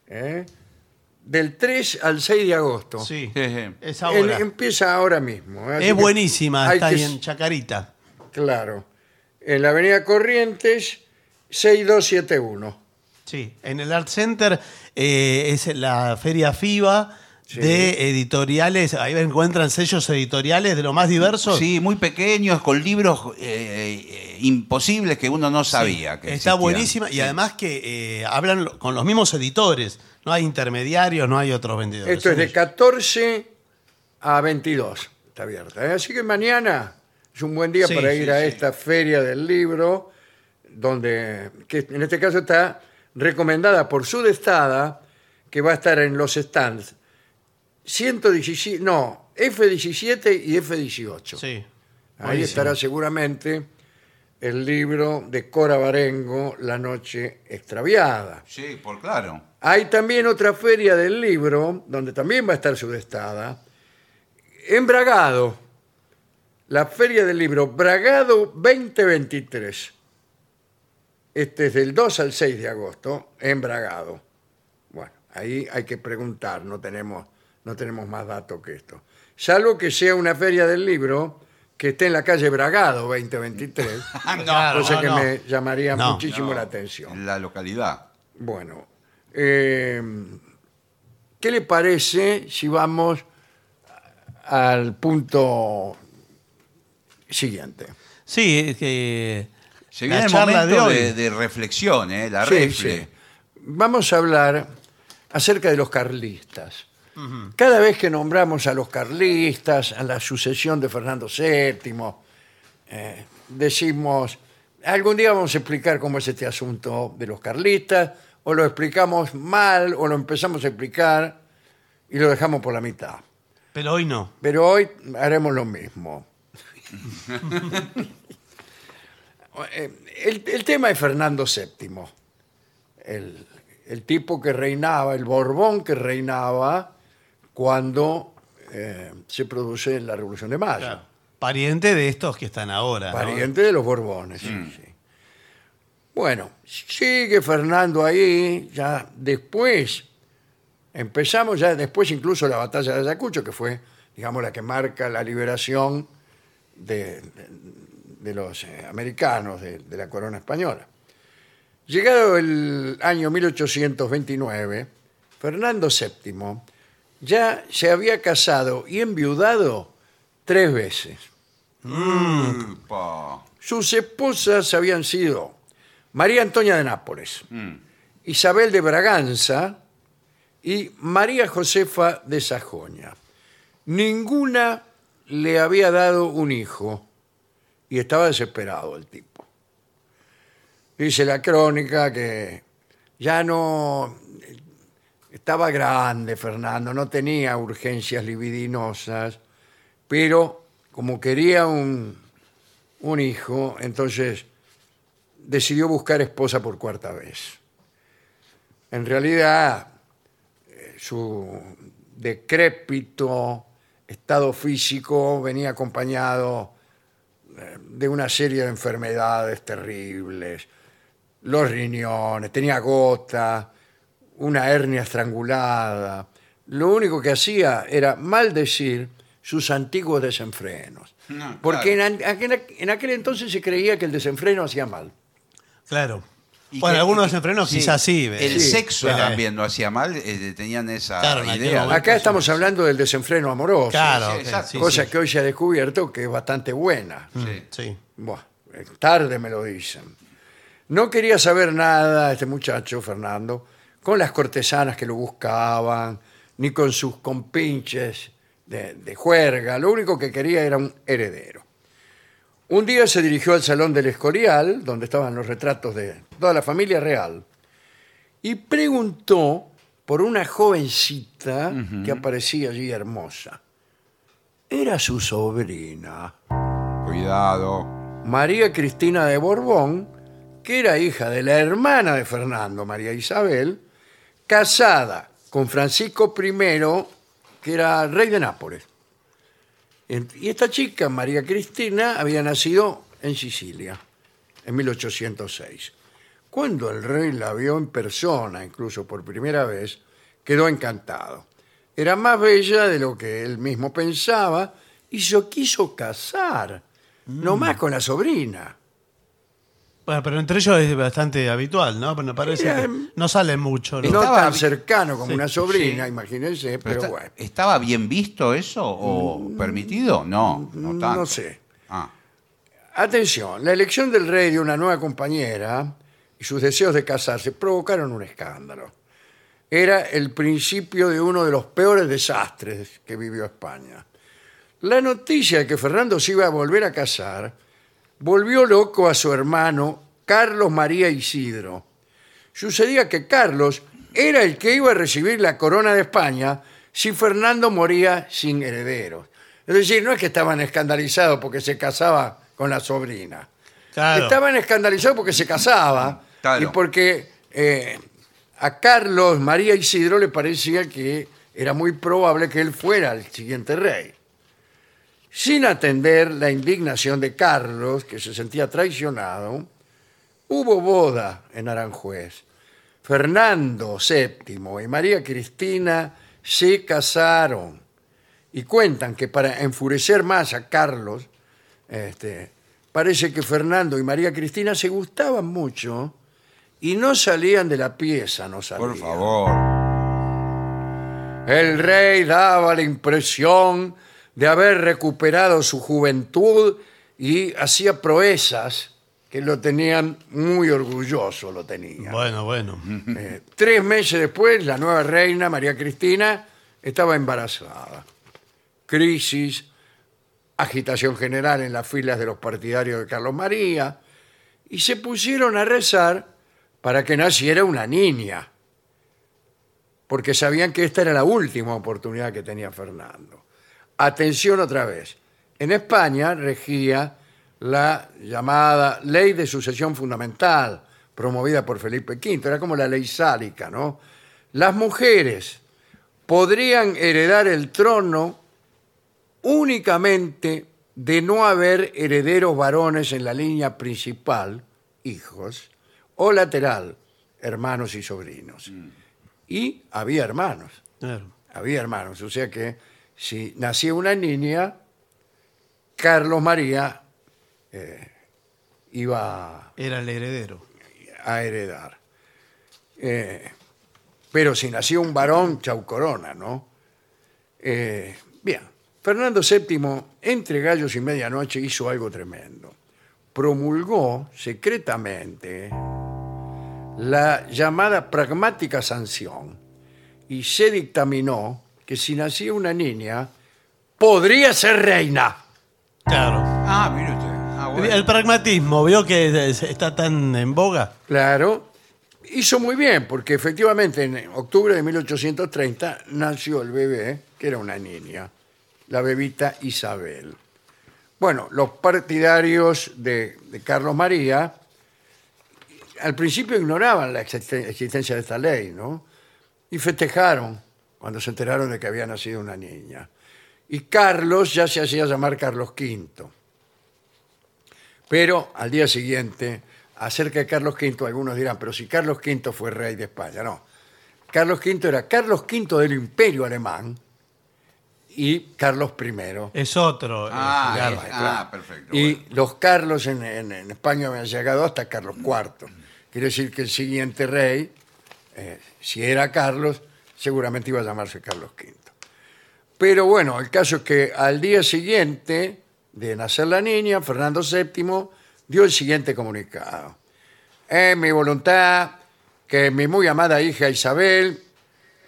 ¿eh? Del 3 al 6 de agosto.
Sí,
Sí, sí.
es
En-
ahora.
empieza ahora mismo. ¿eh? em, Así
es
que
buenísima,
hay
está
que-
ahí en Chacarita.
Claro. En la avenida Corrientes, 6271.
Sí, en el Art Center eh, es la feria FIBA de editoriales. Ahí encuentran sellos editoriales de lo más diversos.
Sí, muy pequeños, con libros eh, eh, imposibles que uno no sabía. que
Está
existían.
buenísima y
Sí.
además que eh, hablan lo- con los mismos editores. No hay intermediarios, no hay otros vendedores.
Esto es de
Son-
14 a 22. Está abierta. ¿eh? Así que mañana es un buen día
Sí,
para
sí,
ir a
sí.
esta feria del libro, donde que en este caso está recomendada por Sudestada, que va a estar en los stands 117, no, F17 y F18.
Sí.
Ahí
Buenísimo.
estará seguramente el libro de Cora Barengo, La Noche Extraviada.
Sí, por claro.
Hay también otra feria del libro, donde también va a estar sudestada, en Bragado. La feria del libro Bragado 2023. Este es del 2 al 6 de agosto, en Bragado. Bueno, ahí hay que preguntar, no tenemos, no tenemos más datos que esto. Salvo que sea una feria del libro que esté en la calle Bragado 2023,
Ah, no,
Claro.
cosa
no,
que
no.
me llamaría
No,
muchísimo
no.
la atención.
En la localidad.
Bueno, eh, ¿qué le parece si vamos al punto siguiente?
Sí, es que.
Se
la
viene el
charla de
momento
hoy.
de, de reflexión, ¿eh? la
Sí,
refle.
sí. Vamos a hablar acerca de los carlistas. Cada vez que nombramos a los carlistas, a la sucesión de Fernando VII, eh, decimos, algún día vamos a explicar cómo es este asunto de los carlistas, o lo explicamos mal, o lo empezamos a explicar y lo dejamos por la mitad.
Pero hoy no.
Pero hoy haremos lo mismo. Eh, el, el tema es Fernando VII, el, el tipo que reinaba, el Borbón que reinaba cuando eh, se produce la Revolución de Mayo.
Pariente de estos que están ahora. ¿no?
Pariente de los Borbones. sí, sí. Bueno, sigue Fernando ahí, ya después, empezamos ya después incluso la batalla de Ayacucho, que fue, digamos, la que marca la liberación de, de- de los eh, americanos, de, de la corona española. Llegado el año 1829, Fernando VII ya se había casado y enviudado tres veces.
Pa.
Sus esposas habían sido María Antonia de Nápoles, Isabel de Braganza y María Josefa de Sajonia. Ninguna le había dado un hijo y estaba desesperado el tipo. Dice la crónica que ya no estaba grande Fernando, no tenía urgencias libidinosas, pero como quería un, un hijo, entonces decidió buscar esposa por cuarta vez. En realidad, eh, su decrépito estado físico venía acompañado eh, de una serie de enfermedades terribles, los riñones, tenía gota, una hernia estrangulada. Lo único que hacía era maldecir sus antiguos desenfrenos.
No,
Porque
claro.
en, an- aquel, en aquel entonces se creía que el desenfreno hacía mal.
Claro.
Y
bueno,
que-
algunos
y que-
desenfrenos
sí,
quizás sí. eh,
El
sí,
sexo
claro.
también no hacía mal, eh, tenían esa
Claro, en aquel
idea.
momento.
Acá estamos hablando del desenfreno amoroso,
sí,
Claro, ok,
exacto.
sí,
cosa
sí. Mm,
que hoy se ha descubierto que es bastante buena.
Sí.
Sí.
Buah, eh, tarde me lo dicen. No quería saber nada este muchacho, Fernando, con las cortesanas que lo buscaban, ni con sus compinches de, de juerga. Lo único que quería era un heredero. Un día se dirigió al salón del Escorial, donde estaban los retratos de toda la familia real, y preguntó por una jovencita que aparecía allí hermosa. Era su sobrina.
Cuidado.
María Cristina de Borbón, que era hija de la hermana de Fernando, María Isabel, casada con Francisco I, que era rey de Nápoles. En- Y esta chica, María Cristina, había nacido en Sicilia, en 1806. Cuando el rey la vio en persona, incluso por primera vez, quedó encantado. Era más bella de lo que él mismo pensaba y se quiso casar,
Mm.
nomás con la sobrina.
Bueno, pero entre ellos es bastante habitual, ¿no? Pero me parece
Era,
que
em,
no sale mucho. ¿no?
No
Estaba-
tan cercano como
Sí,
una sobrina,
sí.
imagínense,
Pero
pero,
está-
bueno, Mm,
¿Estaba bien visto eso o permitido? No, no tanto.
no sé.
Ah,
Atención, la elección del rey de una nueva compañera y sus deseos de casarse provocaron un escándalo. Era el principio de uno de los peores desastres que vivió España. La noticia de que Fernando se iba a volver a casar volvió loco a su hermano Carlos María Isidro. Sucedía que Carlos era el que iba a recibir la corona de España si Fernando moría sin herederos. Es decir, no es que estaban escandalizados porque se casaba con la sobrina.
Claro.
Estaban escandalizados porque se casaba
Claro.
y porque eh, a Carlos María Isidro le parecía que era muy probable que él fuera el siguiente rey. Sin atender la indignación de Carlos, que se sentía traicionado, hubo boda en Aranjuez. Fernando VII y María Cristina se casaron y cuentan que para enfurecer más a Carlos, este, parece que Fernando y María Cristina se gustaban mucho y no salían de la pieza, no salían.
por favor.
El rey daba la impresión de haber recuperado su juventud y hacía proezas que lo tenían muy orgulloso, lo tenía.
Bueno, bueno.
Eh, tres meses después, la nueva reina, María Cristina, estaba embarazada. Crisis, agitación general en las filas de los partidarios de Carlos María, y se pusieron a rezar para que naciera una niña, porque sabían que esta era la última oportunidad que tenía Fernando. Atención otra vez, en España regía la llamada Ley de Sucesión Fundamental, promovida por Felipe V, era como la ley sálica, ¿no? Las mujeres podrían heredar el trono únicamente de no haber herederos varones en la línea principal, hijos, o lateral, hermanos y sobrinos. Y había hermanos,
Claro.
había hermanos, o sea que si nacía una niña, Carlos María eh, iba
Era el heredero.
a heredar. Eh, pero si nació un varón, chaucorona, ¿no? Eh, bien, Fernando VII, entre gallos y medianoche, hizo algo tremendo. Promulgó secretamente la llamada pragmática sanción y se dictaminó que si nacía una niña, podría ser reina.
Claro.
Ah, mire usted. Ah, bueno.
El pragmatismo, vio que es- está tan en boga.
Claro. Hizo muy bien, porque efectivamente en octubre de 1830 nació el bebé, que era una niña, la bebita Isabel. Bueno, los partidarios de, de Carlos María al principio ignoraban la existen- existencia de esta ley, ¿no? Y festejaron cuando se enteraron de que había nacido una niña. Y Carlos ya se hacía llamar Carlos V. Pero al día siguiente, acerca de Carlos V, algunos dirán, pero si Carlos V fue rey de España, no. Carlos V era Carlos V del Imperio Alemán y Carlos I.
Es otro. eh,
Ah,
claro.
es-
claro.
ah, perfecto.
Y
bueno. Mm.
los Carlos en, en- en España habían llegado hasta Carlos IV. Quiere decir que el siguiente rey, eh, si era Carlos, seguramente iba a llamarse Carlos V. Pero bueno, el caso es que al día siguiente de nacer la niña, Fernando VII dio el siguiente comunicado. Es mi voluntad que mi muy amada hija Isabel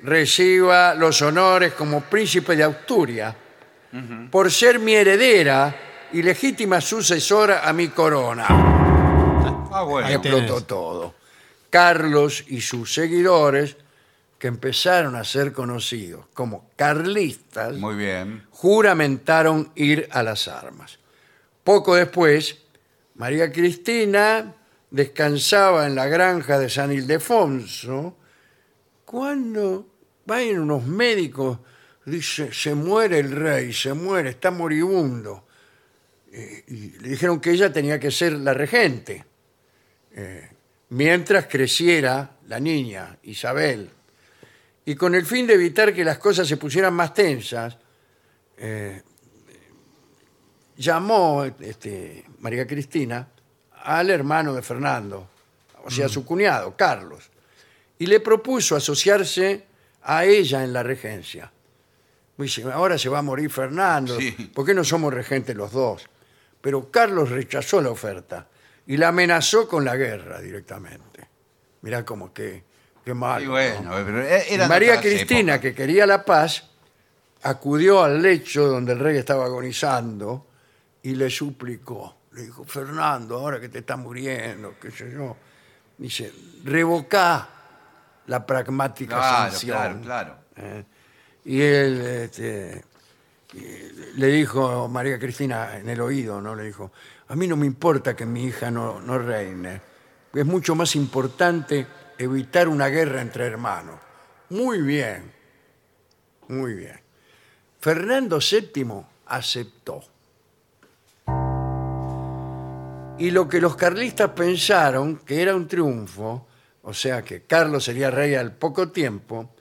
reciba los honores como príncipe de Asturias por ser mi heredera y legítima sucesora a mi corona.
Ah,
Ahí
bueno.
Ahí tenés.
explotó todo. Carlos y sus seguidores, que empezaron a ser conocidos como carlistas,
Muy bien.
juramentaron ir a las armas. Poco después, María Cristina descansaba en la granja de San Ildefonso cuando vayan unos médicos, dice, se muere el rey, se muere, está moribundo. Eh, y le dijeron que ella tenía que ser la regente. eh, mientras creciera la niña, Isabel. Y con el fin de evitar que las cosas se pusieran más tensas, eh, llamó este, María Cristina al hermano de Fernando, o sea, a
Mm.
su cuñado, Carlos, y le propuso asociarse a ella en la regencia. Dice, ahora se va a morir Fernando,
Sí.
¿por qué no somos regentes los dos? Pero Carlos rechazó la oferta y la amenazó con la guerra directamente. Mirá como que, qué malo.
Y
¿no?
bueno, pero e- eran
María
otras
Cristina,
épocas.
que quería la paz, acudió al lecho donde el rey estaba agonizando y le suplicó. Le dijo, Fernando, ahora que te está muriendo, qué sé yo. Dice, revocá la pragmática
Claro,
sanción.
claro, claro.
¿eh? Y él este, y le dijo a María Cristina en el oído, ¿no? Le dijo, a mí no me importa que mi hija no, no reine. Es mucho más importante evitar una guerra entre hermanos. Muy bien, muy bien. Fernando VII aceptó. Y lo que los carlistas pensaron que era un triunfo, o sea que Carlos sería rey al poco tiempo,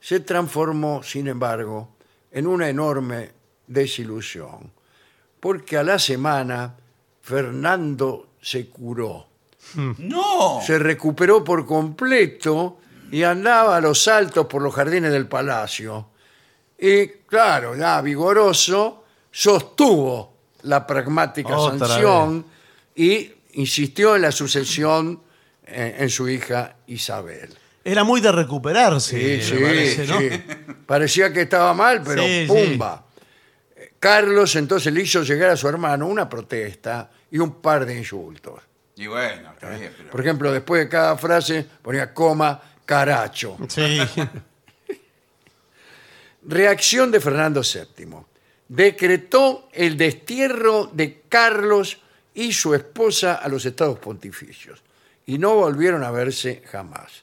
se transformó, sin embargo, en una enorme desilusión, porque a la semana Fernando se curó,
¡No!
se recuperó por completo y andaba a los saltos por los jardines del palacio. Y claro, ya vigoroso, sostuvo la pragmática
Otra
sanción y insistió en la sucesión eh, en su hija Isabel.
Era muy de recuperarse,
Sí,
Eh, me
sí,
parece, ¿no?
sí. Parecía que estaba mal, pero
Sí, sí.
pumba. Carlos entonces le hizo llegar a su hermano una protesta y un par de insultos.
Y bueno, está bien, pero-
Eh, Por ejemplo, después de cada frase ponía coma, caracho.
Sí.
Reacción de Fernando VII. Decretó el destierro de Carlos y su esposa a los estados pontificios y no volvieron a verse jamás.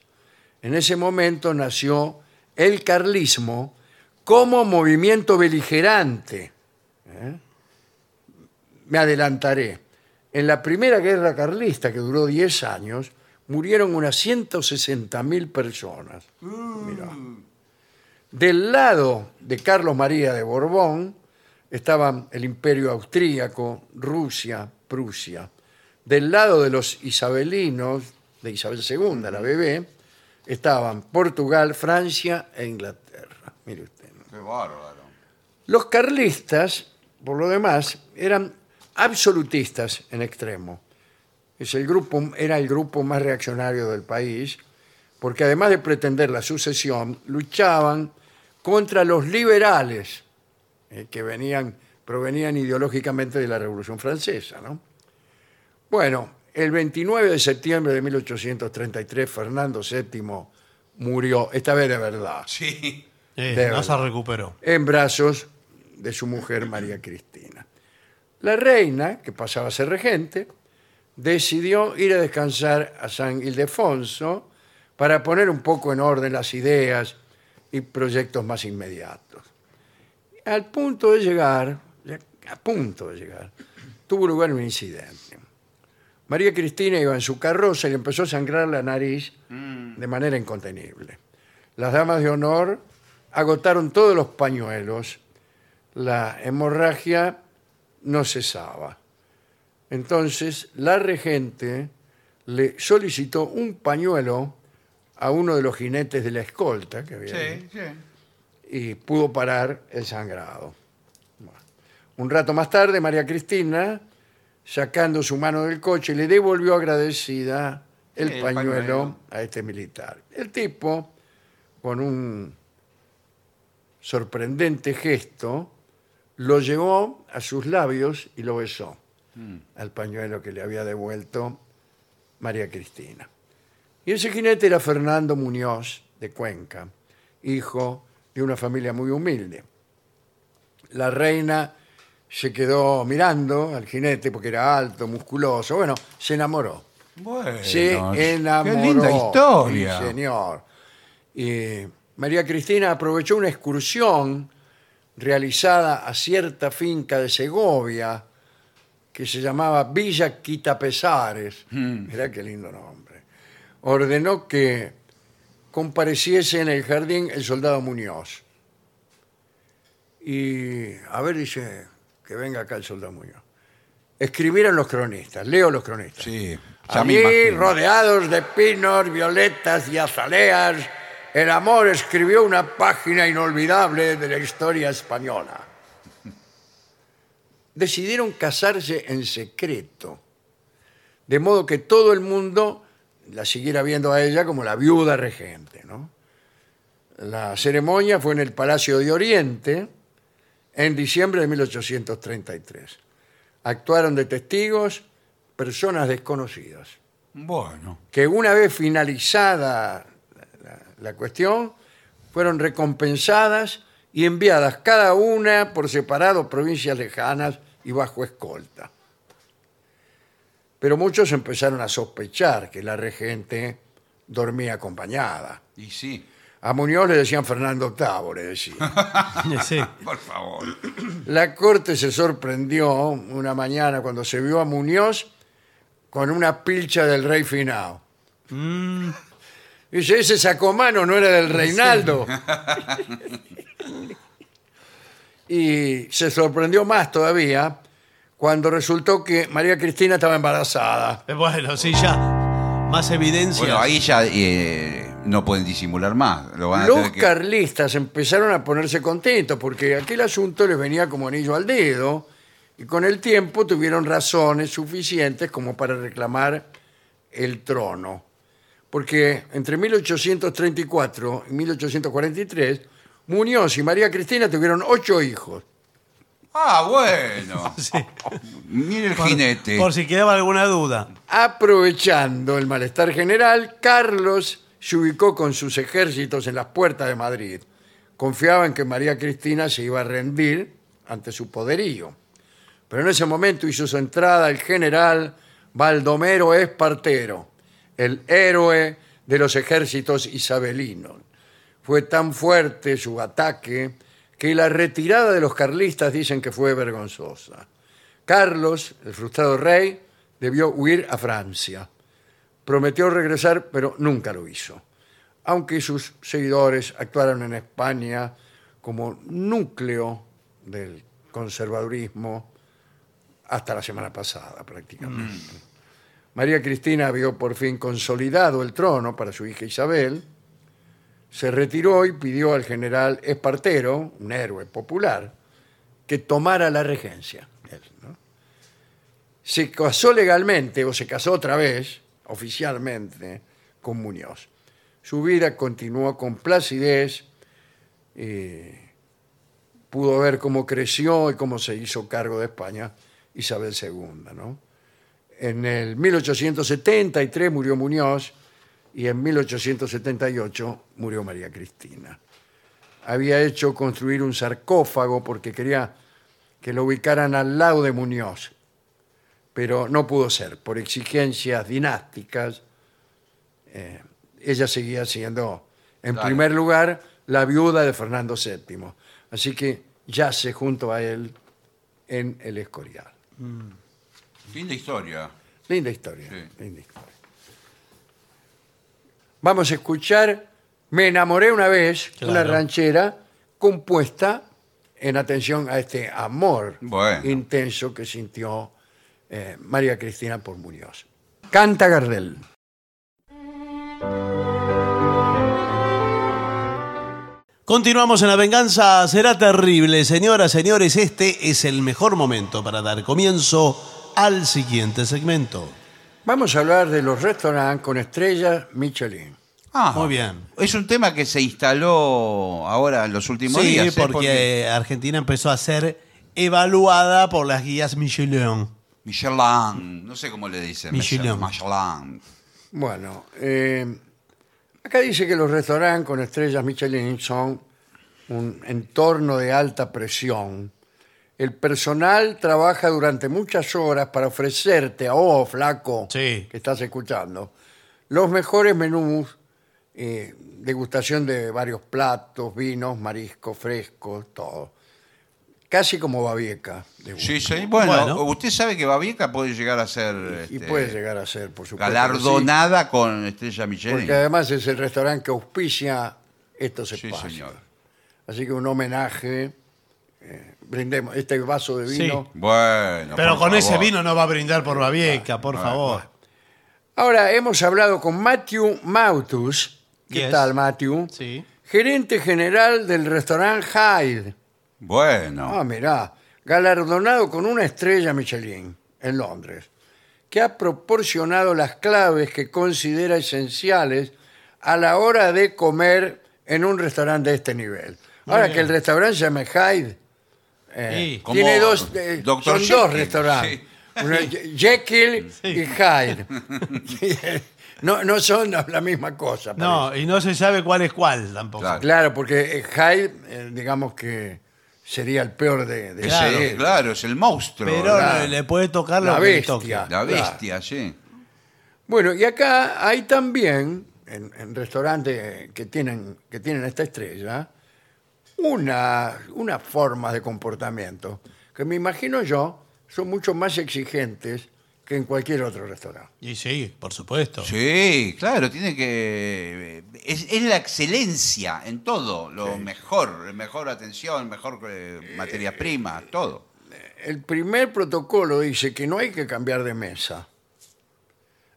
En ese momento nació el carlismo como movimiento beligerante. ¿Eh? Me adelantaré. En la primera guerra carlista, que duró 10 años, murieron unas 160.000 personas. Mirá. Del lado de Carlos María de Borbón estaban el imperio austríaco, Rusia, Prusia. Del lado de los isabelinos, de Isabel II, la bebé, estaban Portugal, Francia e Inglaterra. Mire usted. ¿no?
Qué bárbaro.
Los carlistas, por lo demás, eran absolutistas en extremo. Es el grupo, era el grupo más reaccionario del país, porque además de pretender la sucesión, luchaban contra los liberales, eh, que venían, provenían ideológicamente de la Revolución Francesa. ¿no? Bueno, el 29 de septiembre de 1833, Fernando VII murió, esta vez de verdad
Sí.
Eh,
De
no
verdad.
se recuperó.
en brazos de su mujer María Cristina. La reina, que pasaba a ser regente, decidió ir a descansar a San Ildefonso para poner un poco en orden las ideas y proyectos más inmediatos. Al punto de llegar, ya- a punto de llegar, tuvo lugar un incidente. María Cristina iba en su carroza y empezó a sangrar la nariz de manera incontenible. Las damas de honor agotaron todos los pañuelos. La hemorragia no cesaba. Entonces, la regente le solicitó un pañuelo a uno de los jinetes de la escolta que había ahí,
Sí, sí.
y pudo parar el sangrado. Bueno. Un rato más tarde, María Cristina, sacando su mano del coche, le devolvió agradecida el,
Sí, el
pañuelo,
pañuelo.
a este militar. El tipo, con un sorprendente gesto, lo llevó a sus labios y lo besó
Mm.
al pañuelo que le había devuelto María Cristina. Y ese jinete era Fernando Muñoz de Cuenca, hijo de una familia muy humilde. La reina se quedó mirando al jinete porque era alto, musculoso. Bueno, se enamoró.
Bueno,
Se enamoró.
Qué linda historia.
Sí, señor. Y María Cristina aprovechó una excursión realizada a cierta finca de Segovia que se llamaba Villa Quitapesares.
Hmm.
Mirá qué lindo nombre. Ordenó que compareciese en el jardín el soldado Muñoz. Y a ver, dice, que venga acá el soldado Muñoz. Escribieron los cronistas, leo los cronistas.
Sí, ya me
Allí,
imagino.
rodeados de pinos, violetas y azaleas, el amor escribió una página inolvidable de la historia española. Decidieron casarse en secreto, de modo que todo el mundo la siguiera viendo a ella como la viuda regente. ¿no? La ceremonia fue en el Palacio de Oriente en diciembre de 1833. Actuaron de testigos personas desconocidas
Bueno,
que una vez finalizada la, la cuestión, fueron recompensadas y enviadas cada una por separado a provincias lejanas y bajo escolta. Pero muchos empezaron a sospechar que la regente dormía acompañada.
y sí,
A Muñoz le decían Fernando VIII, le decían.
Sí.
por favor.
La corte se sorprendió una mañana cuando se vio a Muñoz con una pilcha del rey Finao.
Mm,
Dice, ese sacomano no era del Reinaldo. y se sorprendió más todavía cuando resultó que María Cristina estaba embarazada.
Eh, Bueno, sí, ya. Más evidencias.
Bueno, ahí ya eh, no pueden disimular más. Lo van a
Los
tener que-
carlistas empezaron a ponerse contentos porque aquel asunto les venía como anillo al dedo y con el tiempo tuvieron razones suficientes como para reclamar el trono. Porque entre 1834 y 1843, Muñoz y María Cristina tuvieron ocho hijos.
Ah, bueno.
Sí.
Mire el
Por-
jinete.
Por si quedaba alguna duda.
Aprovechando el malestar general, Carlos se ubicó con sus ejércitos en las puertas de Madrid. Confiaba en que María Cristina se iba a rendir ante su poderío. Pero en ese momento hizo su entrada el general Baldomero Espartero, el héroe de los ejércitos isabelinos. Fue tan fuerte su ataque que la retirada de los carlistas dicen que fue vergonzosa. Carlos, el frustrado rey, debió huir a Francia. Prometió regresar, pero nunca lo hizo. Aunque sus seguidores actuaron en España como núcleo del conservadurismo hasta la semana pasada prácticamente. María Cristina vio por fin consolidado el trono para su hija Isabel, se retiró y pidió al general Espartero, un héroe popular, que tomara la regencia. él, ¿no? Se casó legalmente, o se casó otra vez, oficialmente, con Muñoz. Su vida continuó con placidez, eh, pudo ver cómo creció y cómo se hizo cargo de España Isabel II. ¿no? En el 1873 murió Muñoz y en 1878 murió María Cristina. Había hecho construir un sarcófago porque quería que lo ubicaran al lado de Muñoz, pero no pudo ser por exigencias dinásticas. eh, ella seguía siendo, en
Claro.
primer lugar, la viuda de Fernando VII. Así que yace junto a él en el Escorial.
Fin de historia.
Linda historia.
Sí.
linda historia. Vamos a escuchar Me enamoré una vez, una
Claro.
ranchera compuesta en atención a este amor
Bueno.
intenso que sintió eh, María Cristina por Muñoz. Canta Gardel.
Continuamos en la venganza. Será terrible, señoras, señores. Este es el mejor momento para dar comienzo al siguiente segmento.
Vamos a hablar de los restaurantes con estrellas Michelin.
Ah,
Muy bien.
Es un tema que se instaló ahora en los últimos
sí,
días. ¿eh?
porque, Argentina empezó a ser evaluada por las guías Michelin.
Michelin, no sé cómo le dicen.
Michelin.
Michelin.
Bueno, eh, acá dice que los restaurantes con estrellas Michelin son un entorno de alta presión. El personal trabaja durante muchas horas para ofrecerte a vos, flaco,
Sí.
que estás escuchando, los mejores menús, eh, degustación de varios platos, vinos, mariscos, frescos, todo. Casi como Babieca. de gusto.
Sí, sí. Bueno,
Bueno.
usted sabe que Babieca puede llegar a ser
Y
este,
puede llegar a ser, por supuesto. que sí.
galardonada con estrella Michelin.
Porque además es el restaurante que auspicia estos
Sí,
espacios.
señor.
Así que un homenaje. eh, brindemos este vaso de
Sí.
vino.
Bueno.
Pero
por
con ese
favor. Ah,
vino no va a brindar por Babieca, por favor.
Ahora hemos hablado con Matthew Mautus. ¿Qué
Yes.
tal, Matthew?
Sí.
Gerente general del restaurante Hyde.
Bueno.
Ah, mirá. Galardonado con una estrella Michelin en Londres. Que ha proporcionado las claves que considera esenciales a la hora de comer en un restaurante de este nivel.
Muy
Ahora
bien.
que el restaurante se llama Hyde. Eh,
Sí.
Como
Tiene dos, eh, son
Dr.
dos
Jekyll,
restaurantes.
sí.
Uno es Ye- Jekyll y Hyde. eh, No, no son la misma cosa.
No, y no se sabe cuál es cuál tampoco.
Claro.
Claro, porque eh, Hyde, eh, digamos que sería el peor de, de
Ese-
la
Claro,
serie.
es, el monstruo.
Pero
la,
le- le puede tocar lo
La
que le
bestia.
toque.
la bestia, sí.
Bueno, y acá hay también, en, en restaurantes que tienen, que tienen esta estrella, una, una forma de comportamiento que me imagino yo son mucho más exigentes que en cualquier otro restaurante.
Y sí, por supuesto.
Sí, claro, tiene que. Es, es la excelencia en todo, lo mejor, mejor atención, mejor eh, materia prima, todo.
El primer protocolo dice que no hay que cambiar de mesa.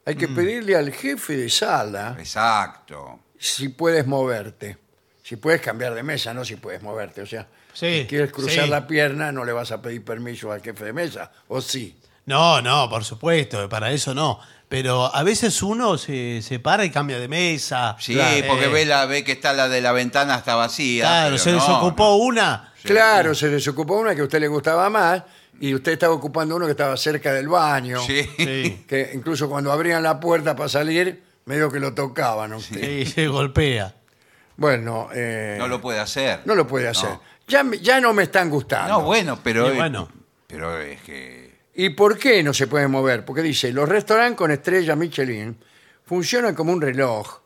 Hay que pedirle al jefe de
ah.
sala
Exacto.
si puedes moverte. Si puedes cambiar de mesa, no si puedes moverte. O sea,
Sí,
si quieres cruzar
sí.
la pierna, no le vas a pedir permiso al jefe de mesa. O sí.
No, no, por supuesto, para eso no. Pero a veces uno se, se para y cambia de mesa.
Sí,
Claro.
porque
Eh,
ve, la, ve que está la de la ventana está vacía.
Claro,
pero
se
no,
desocupó
no.
una.
Sí.
Claro, se desocupó una que a usted le gustaba más y usted estaba ocupando uno que estaba cerca del baño.
Sí.
Sí,
Que incluso cuando abrían la puerta para salir, medio que lo tocaban a usted.
sí, se golpea.
Bueno, eh,
No lo puede hacer.
no lo puede hacer. Ya, me- ya no me están
No,
gustando.
bueno, pero.
Y bueno.
Pero es que.
¿Y por qué no se pueden mover? Porque dice, los restaurantes con estrella Michelin funcionan como un reloj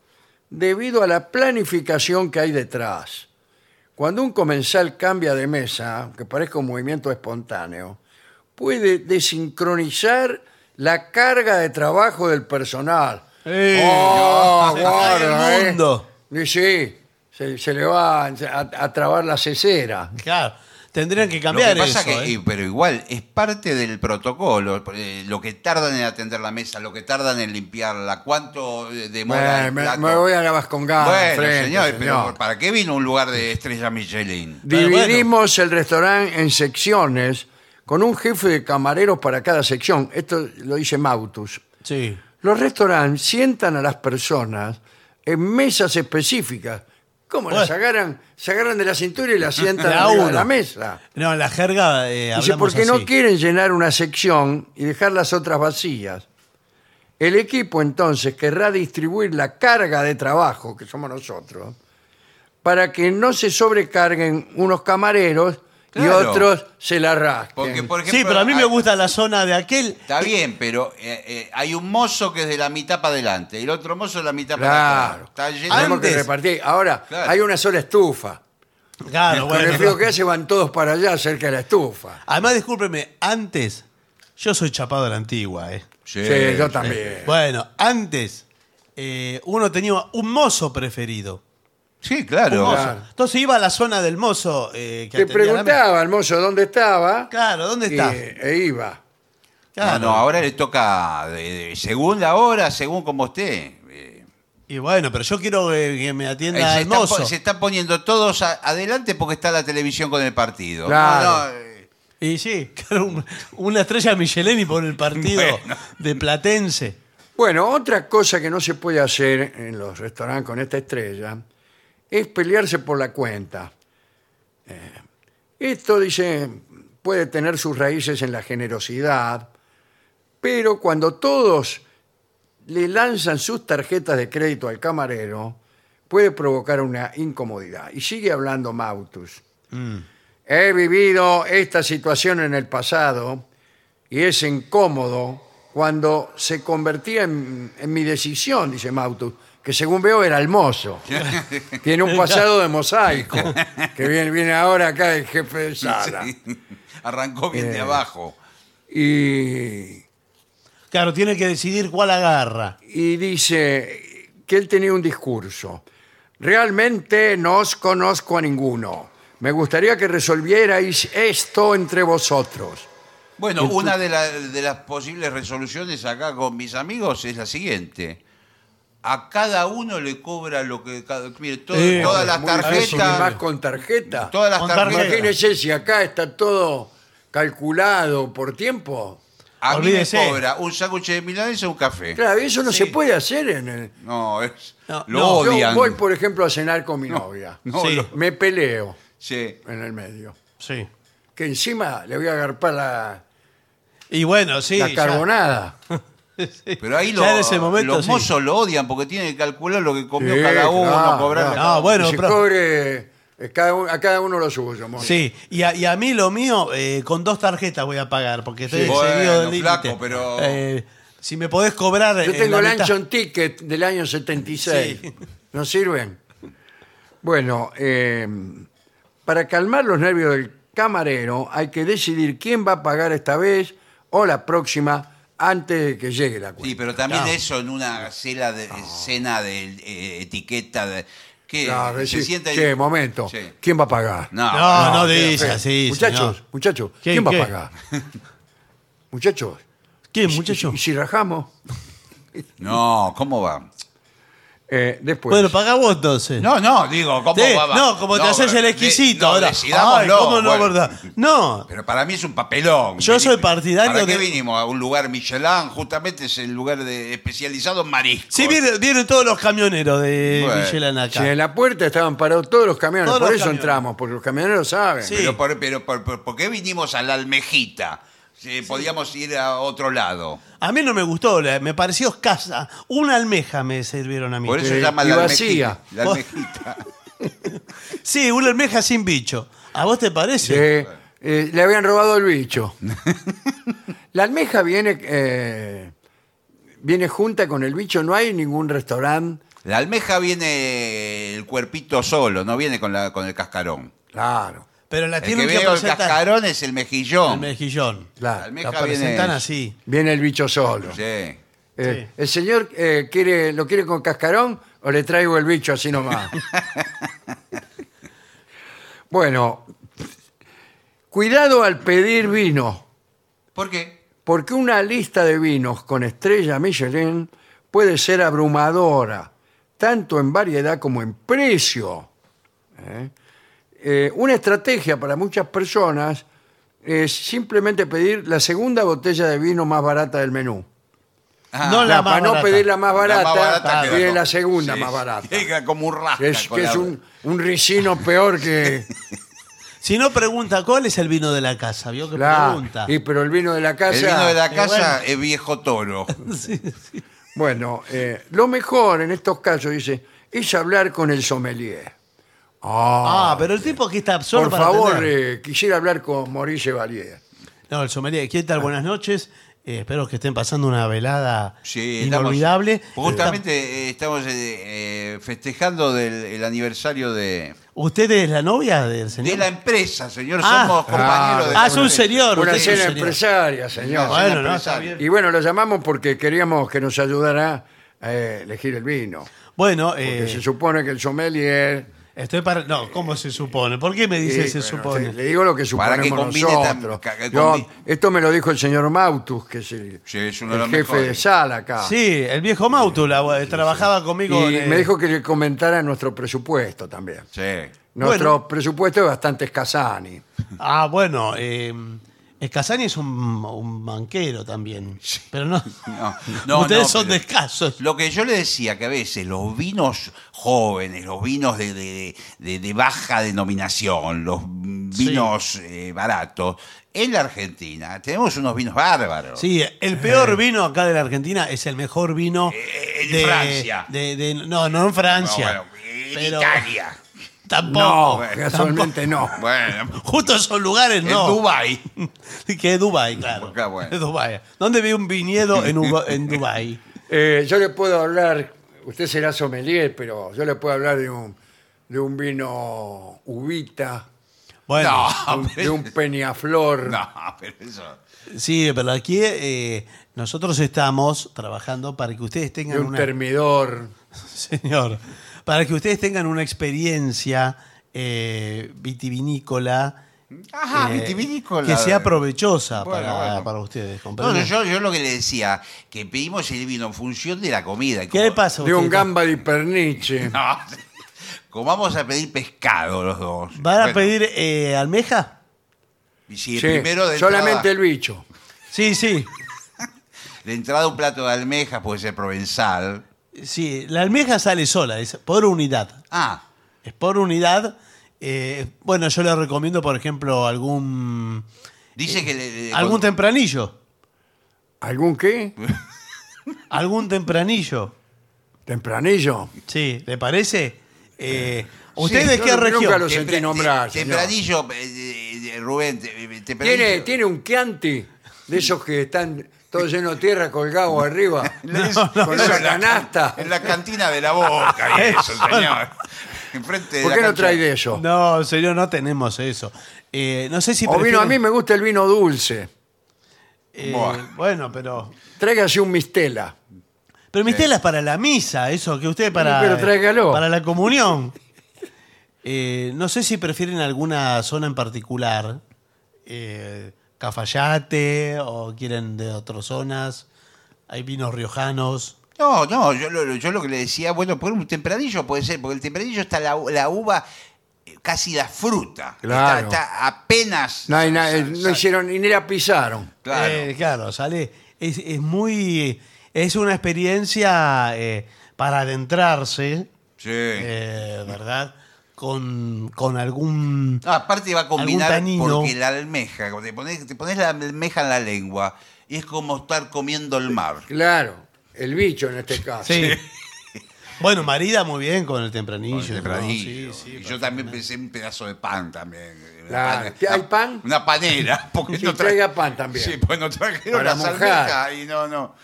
debido a la planificación que hay detrás. Cuando un comensal cambia de mesa, aunque parezca un movimiento espontáneo, puede desincronizar la carga de trabajo del personal.
¡Eh!
¡Oh,
Se cae el
guarda, eh!
mundo.
Y sí, se, se le va a, a trabar la cesera.
Claro, tendrían que
Lo que
cambiar
pasa
eso.
que,
¿eh?
y- pero igual, es parte del protocolo, eh, lo que tardan en atender la mesa, lo que tardan en limpiarla, cuánto eh, demora
Me,
el
me-
plato.
me voy a la Vascongada.
Bueno,
enfrente,
señores, pero
señor.
¿para qué vino un lugar de estrella Michelin?
Pero bueno.
Dividimos el restaurante en secciones con un jefe de camareros para cada sección. Esto lo dice Mautus.
Sí.
Los restaurantes sientan a las personas en mesas específicas. ¿Cómo las
Bueno.
agarran? Se agarran de la cintura y las sientan
La
arriba de
uno.
la mesa.
No, la jerga. Eh,
Dice,
hablamos
porque
así.
no quieren llenar una sección y dejar las otras vacías. El equipo entonces querrá distribuir la carga de trabajo, que somos nosotros, para que no se sobrecarguen unos camareros y
Claro.
otros se la rasquen.
Porque, por ejemplo,
Sí, pero a mí me
hay-
gusta la zona de aquel.
Está bien, pero eh, eh, hay un mozo que es de la mitad para adelante y el otro mozo de la mitad para
Claro.
atrás. Está lleno
Tenemos
Antes-
que repartir. Ahora,
Claro.
hay una sola estufa.
Claro,
Con el
bueno.
frío que hace van todos para allá cerca de la estufa.
Además, discúlpeme, antes yo soy chapado a la antigua, ¿eh?
Sí,
Sí, yo
sí.
también.
Bueno, antes eh, uno tenía un mozo preferido.
Sí,
Un
claro.
mozo. Entonces iba a la zona del mozo eh, que
Te
atendía la mesa.
preguntaba al mozo dónde estaba
Claro, ¿dónde
y-
está?
e iba.
Claro.
No, no, ahora le toca eh, según la hora, según como esté. Eh,
Y bueno, pero yo quiero que, que me
eh,
atienda
se,
el
están
mozo.
po- se están poniendo todos a- adelante porque está la televisión con el partido.
Claro.
No, no, eh,
Y sí, claro, un- una estrella Michelin y por el partido
Bueno.
de Platense.
Bueno, otra cosa que no se puede hacer en los restaurantes con esta estrella es pelearse por la cuenta. Eh, esto, dice, puede tener sus raíces en la generosidad, pero cuando todos le lanzan sus tarjetas de crédito al camarero, puede provocar una incomodidad. Y sigue hablando Mautus.
Mm.
He vivido esta situación en el pasado y es incómodo cuando se convertía en, en mi decisión, dice Mautus, que según veo era el mozo. Tiene un pasado de mosaico, que viene, viene ahora acá el jefe de sala.
sí. Arrancó bien
Eh.
de abajo.
Y,
Claro, tiene que decidir cuál agarra.
y dice que él tenía un discurso. Realmente no os conozco a ninguno. Me gustaría que resolvierais esto entre vosotros.
Bueno, una de, la- de las posibles resoluciones acá con mis amigos es la siguiente. A cada uno le cobra lo que... cada- mire, to-
Eh,
todas las
Muy difícil, y más
tarjetas...
con tarjeta.
Todas las
Con
tarjetas...
tarjeta.
Imagínese si acá está todo calculado por tiempo.
A mí me
Olvídese.
cobra un sándwich de milanesa y un café.
Claro, eso no se puede hacer en el.
No, es...
No,
lo
no,
Yo
odian.
voy, por ejemplo, a cenar con mi novia.
no,
Sí.
lo-
Me peleo
sí.
en el medio.
Sí.
Que encima le voy a agarpar la,
Y bueno, sí.
la
ya.
carbonada.
Pero ahí
Ya
lo-
en ese momento,
los
sí.
mozos lo odian porque tienen que calcular lo que comió
Sí,
cada uno,
claro,
cobrar...
claro.
No, bueno,
Que se
pero-
cobre, eh, cada uno- a cada uno lo suyo. mono.
Sí, y a, y a mí lo mío, eh, con dos tarjetas voy a pagar, porque estoy
Sí.
excedido
Bueno,
del límite.
flaco, pero-
Eh, si me podés cobrar.
Yo
eh,
tengo
la
el
mitad-
Anchon Ticket del año 76.
Sí.
¿No sirven? Bueno, eh, para calmar los nervios del camarero hay que decidir quién va a pagar esta vez o la próxima antes de que llegue la
Sí,
cuenta.
pero también
Claro.
eso en una cena de, cena de eh, etiqueta de... ¿Qué?
Claro,
eh, se
decir,
sienta y-
che, momento,
Sí.
¿quién va a pagar?
No,
No, no,
espera,
dice
espera.
así.
Muchachos,
señor.
muchachos,
¿Qué,
¿quién va
qué?
a pagar? muchachos,
¿Qué,
¿y si-
muchacho?
¿y si rajamos?
No, ¿cómo va?
Eh, después.
Bueno, paga vos entonces.
No, no, digo, ¿cómo
Sí,
va? va?
no, como te haces el
de-
exquisito
no,
ahora. Ay,
decidámoslo,
¿cómo no,
bueno.
verdad? No,
Pero para mí es un papelón.
Yo soy partidario
¿Para qué
de-
vinimos a un lugar Michelin? Justamente es el lugar de, especializado en mariscos.
Sí, vienen, vienen todos los camioneros de
Bueno,
Michelin
Si
acá.
en la puerta estaban parados todos los camiones,
Todos
por
los
eso
camiones.
entramos, porque los camioneros saben.
Sí.
Pero, por, pero por, por- ¿por qué vinimos a la almejita? Si Podíamos ir a otro lado.
A mí no me gustó, la- me pareció escasa. Una almeja me sirvieron a mí.
Por eso
Eh,
se llama
y
la
vacía.
almejita. La almejita.
Sí, una almeja sin bicho. ¿A vos te parece?
Eh, eh, le habían robado el bicho. la almeja viene, eh, viene junta con el bicho, no hay ningún restaurante.
La almeja viene el cuerpito solo, no viene con, la, con el cascarón.
Claro,
Pero la
El que
tienen que,
viene con el
presentar
cascarón es el
el
mejillón.
mejillón.
La
claro.
almeja
La
viene-
presentan así.
Viene el bicho solo.
Sí.
Eh, ¿El señor eh, quiere, lo quiere con cascarón o le traigo el bicho así nomás? bueno, cuidado al pedir vino.
¿Por qué?
porque una lista de vinos con estrella Michelin puede ser abrumadora, tanto en variedad como en precio. ¿eh? Eh, una estrategia para muchas personas es simplemente pedir la segunda botella de vino más barata del menú.
Ah,
No la-
Claro,
más
para no
barata.
pedir la más barata,
queda
pide
como-
la segunda
sí,
más barata.
Llega como un rasca.
Que es,
con
que es
la-
un, un ricino peor que...
Si no pregunta cuál es el vino de la casa, vio que
la,
pregunta.
y, pero el vino de la casa...
El vino de la
y
casa
bueno.
es viejo toro.
Bueno, eh, lo mejor en estos casos, dice, es hablar con el sommelier. Ah,
Ah, pero el tipo que está absorto
por favor, eh, quisiera hablar con Maurice Valier.
No, el sommelier, ¿qué tal? Buenas noches. Eh, espero que estén pasando una velada
Sí, estamos-
inolvidable.
justamente eh, estamos eh, eh, festejando del, el aniversario de,
Está- ¿Usted es la novia del señor?
de la empresa, señor.
Ah.
Somos compañeros de
Ah,
la
es un
empresa.
señor.
Una
usted es un
cena
señor.
empresaria,
Señor,
señor.
Bueno,
señor
no, está
empresario.
Y bueno, lo llamamos porque queríamos que nos ayudara a eh, elegir el vino.
Bueno,
Porque
eh,
se supone que el sommelier...
estoy para... No, ¿cómo se supone? ¿Por qué me dice
Sí,
se
bueno,
supone?
sí, le digo lo que
Para que
suponemos
combine tam-
nosotros.
ca- que
Yo-
combi-
esto me lo dijo el señor Mautus, que es el,
Sí, es uno
el
de los
jefe
mejores.
de sala
Ah.
acá.
Sí, el viejo Mautula eh, trabajaba
y
conmigo. eh,
me dijo que le comentara nuestro presupuesto también.
Sí.
Nuestro
Bueno.
presupuesto es bastante escasani.
Ah, bueno, eh, Escasani es un, un banquero también. Pero no.
No, no,
Ustedes
no,
son
pero-
descasos.
Lo que yo le decía que a veces los vinos jóvenes, los vinos de, de- de- de baja denominación, los vinos eh, baratos, en la Argentina tenemos unos vinos bárbaros.
Sí, el peor vino acá de la Argentina es el mejor vino
Eh, en Francia.
de- de- no, no en Francia.
No, bueno, en
pero
Italia.
Tampoco.
casualmente no.
Bueno,
Justo esos lugares no.
en Dubái.
Que es Dubái, claro.
Acá, bueno.
Es Dubái. ¿Dónde vi un viñedo en, Uba- en Dubái?
Eh, yo le puedo hablar, usted será sommelier, pero yo le puedo hablar de un, de un vino ubita,
Bueno,
No,
un- de un peñaflor.
no, pero eso.
sí, pero aquí eh, nosotros estamos trabajando para que ustedes tengan
de un
una...
termidor.
Señor, para que ustedes tengan una experiencia eh,
Ajá,
vitivinícola. eh,
Ah, vitivinícola.
Que sea provechosa
Bueno,
para,
bueno.
para ustedes.
No,
¿comprende?
no, yo, yo lo que le decía, que pedimos el vino en función de la comida.
¿Qué le pasa a
de
usted?
un gamba di perniche.
No, comamos a pedir pescado los dos.
¿Van a
Bueno,
pedir eh, almeja?
y si el
Sí,
primero de
solamente
entrada-
el bicho.
Sí, sí.
De entrada un plato de almejas puede ser provenzal.
Sí, la almeja sale sola, es por unidad.
Ah,
Es por unidad. eh, bueno, yo le recomiendo, por ejemplo, algún.
Eh,
dice que... le- le-
algún
con-
tempranillo.
¿Algún qué?
Algún tempranillo.
¿Tempranillo?
Sí, ¿le parece? Eh,
Sí,
¿Usted de
yo
qué
nunca
región?
lo
Tempra-
sentí nombrar,
te-
señor.
Tempranillo, eh, eh, eh, Rubén, te- eh, tempranillo.
¿Tiene, tiene un Chianti de esos que están todos llenos de tierra colgados arriba. con
Eso
esa
en la-
canasta.
En la cantina de la boca, y eso, señor. Enfrente de
¿Por
la
qué no
cancha.
trae de eso?
No, señor, no tenemos eso. Eh, no sé si.
o vino,
prefiere-
a mí me gusta el vino dulce.
Eh,
Buah.
bueno, pero.
Tráigase un mistela.
Pero mi tela es para la misa, eso, que usted para.
Pero tráigalo.
Para la comunión. Eh, no sé si prefieren alguna zona en particular. eh, Cafayate o quieren de otras zonas. Hay vinos riojanos.
No, no, yo lo, yo lo que le decía, bueno, por un tempranillo puede ser, porque el tempranillo está la, la uva, eh, casi la fruta.
Claro.
Está, está apenas.
No, hay na-
sal-
eh,
sal-
no hicieron ni la pisaron.
Claro.
Eh, claro, sale. Es, es muy. Es una experiencia eh, para adentrarse,
Sí.
eh, ¿verdad? Con, con algún.
No, aparte va a combinar
tanino.
porque la almeja, cuando te pones, te pones la almeja en la lengua y es como estar comiendo el mar.
Claro, el bicho en este caso.
Sí. bueno, marida muy bien con el tempranillo.
Con el tempranillo.
¿no? Sí, sí,
y yo también pensé en un pedazo de pan también. Una
Claro.
pane-
¿Qué, hay
una-
pan?
Una panera. Porque
Sí,
no tra-
traiga pan también.
Sí, pues no trajeron
Para
las
mojar.
almejas y no, no.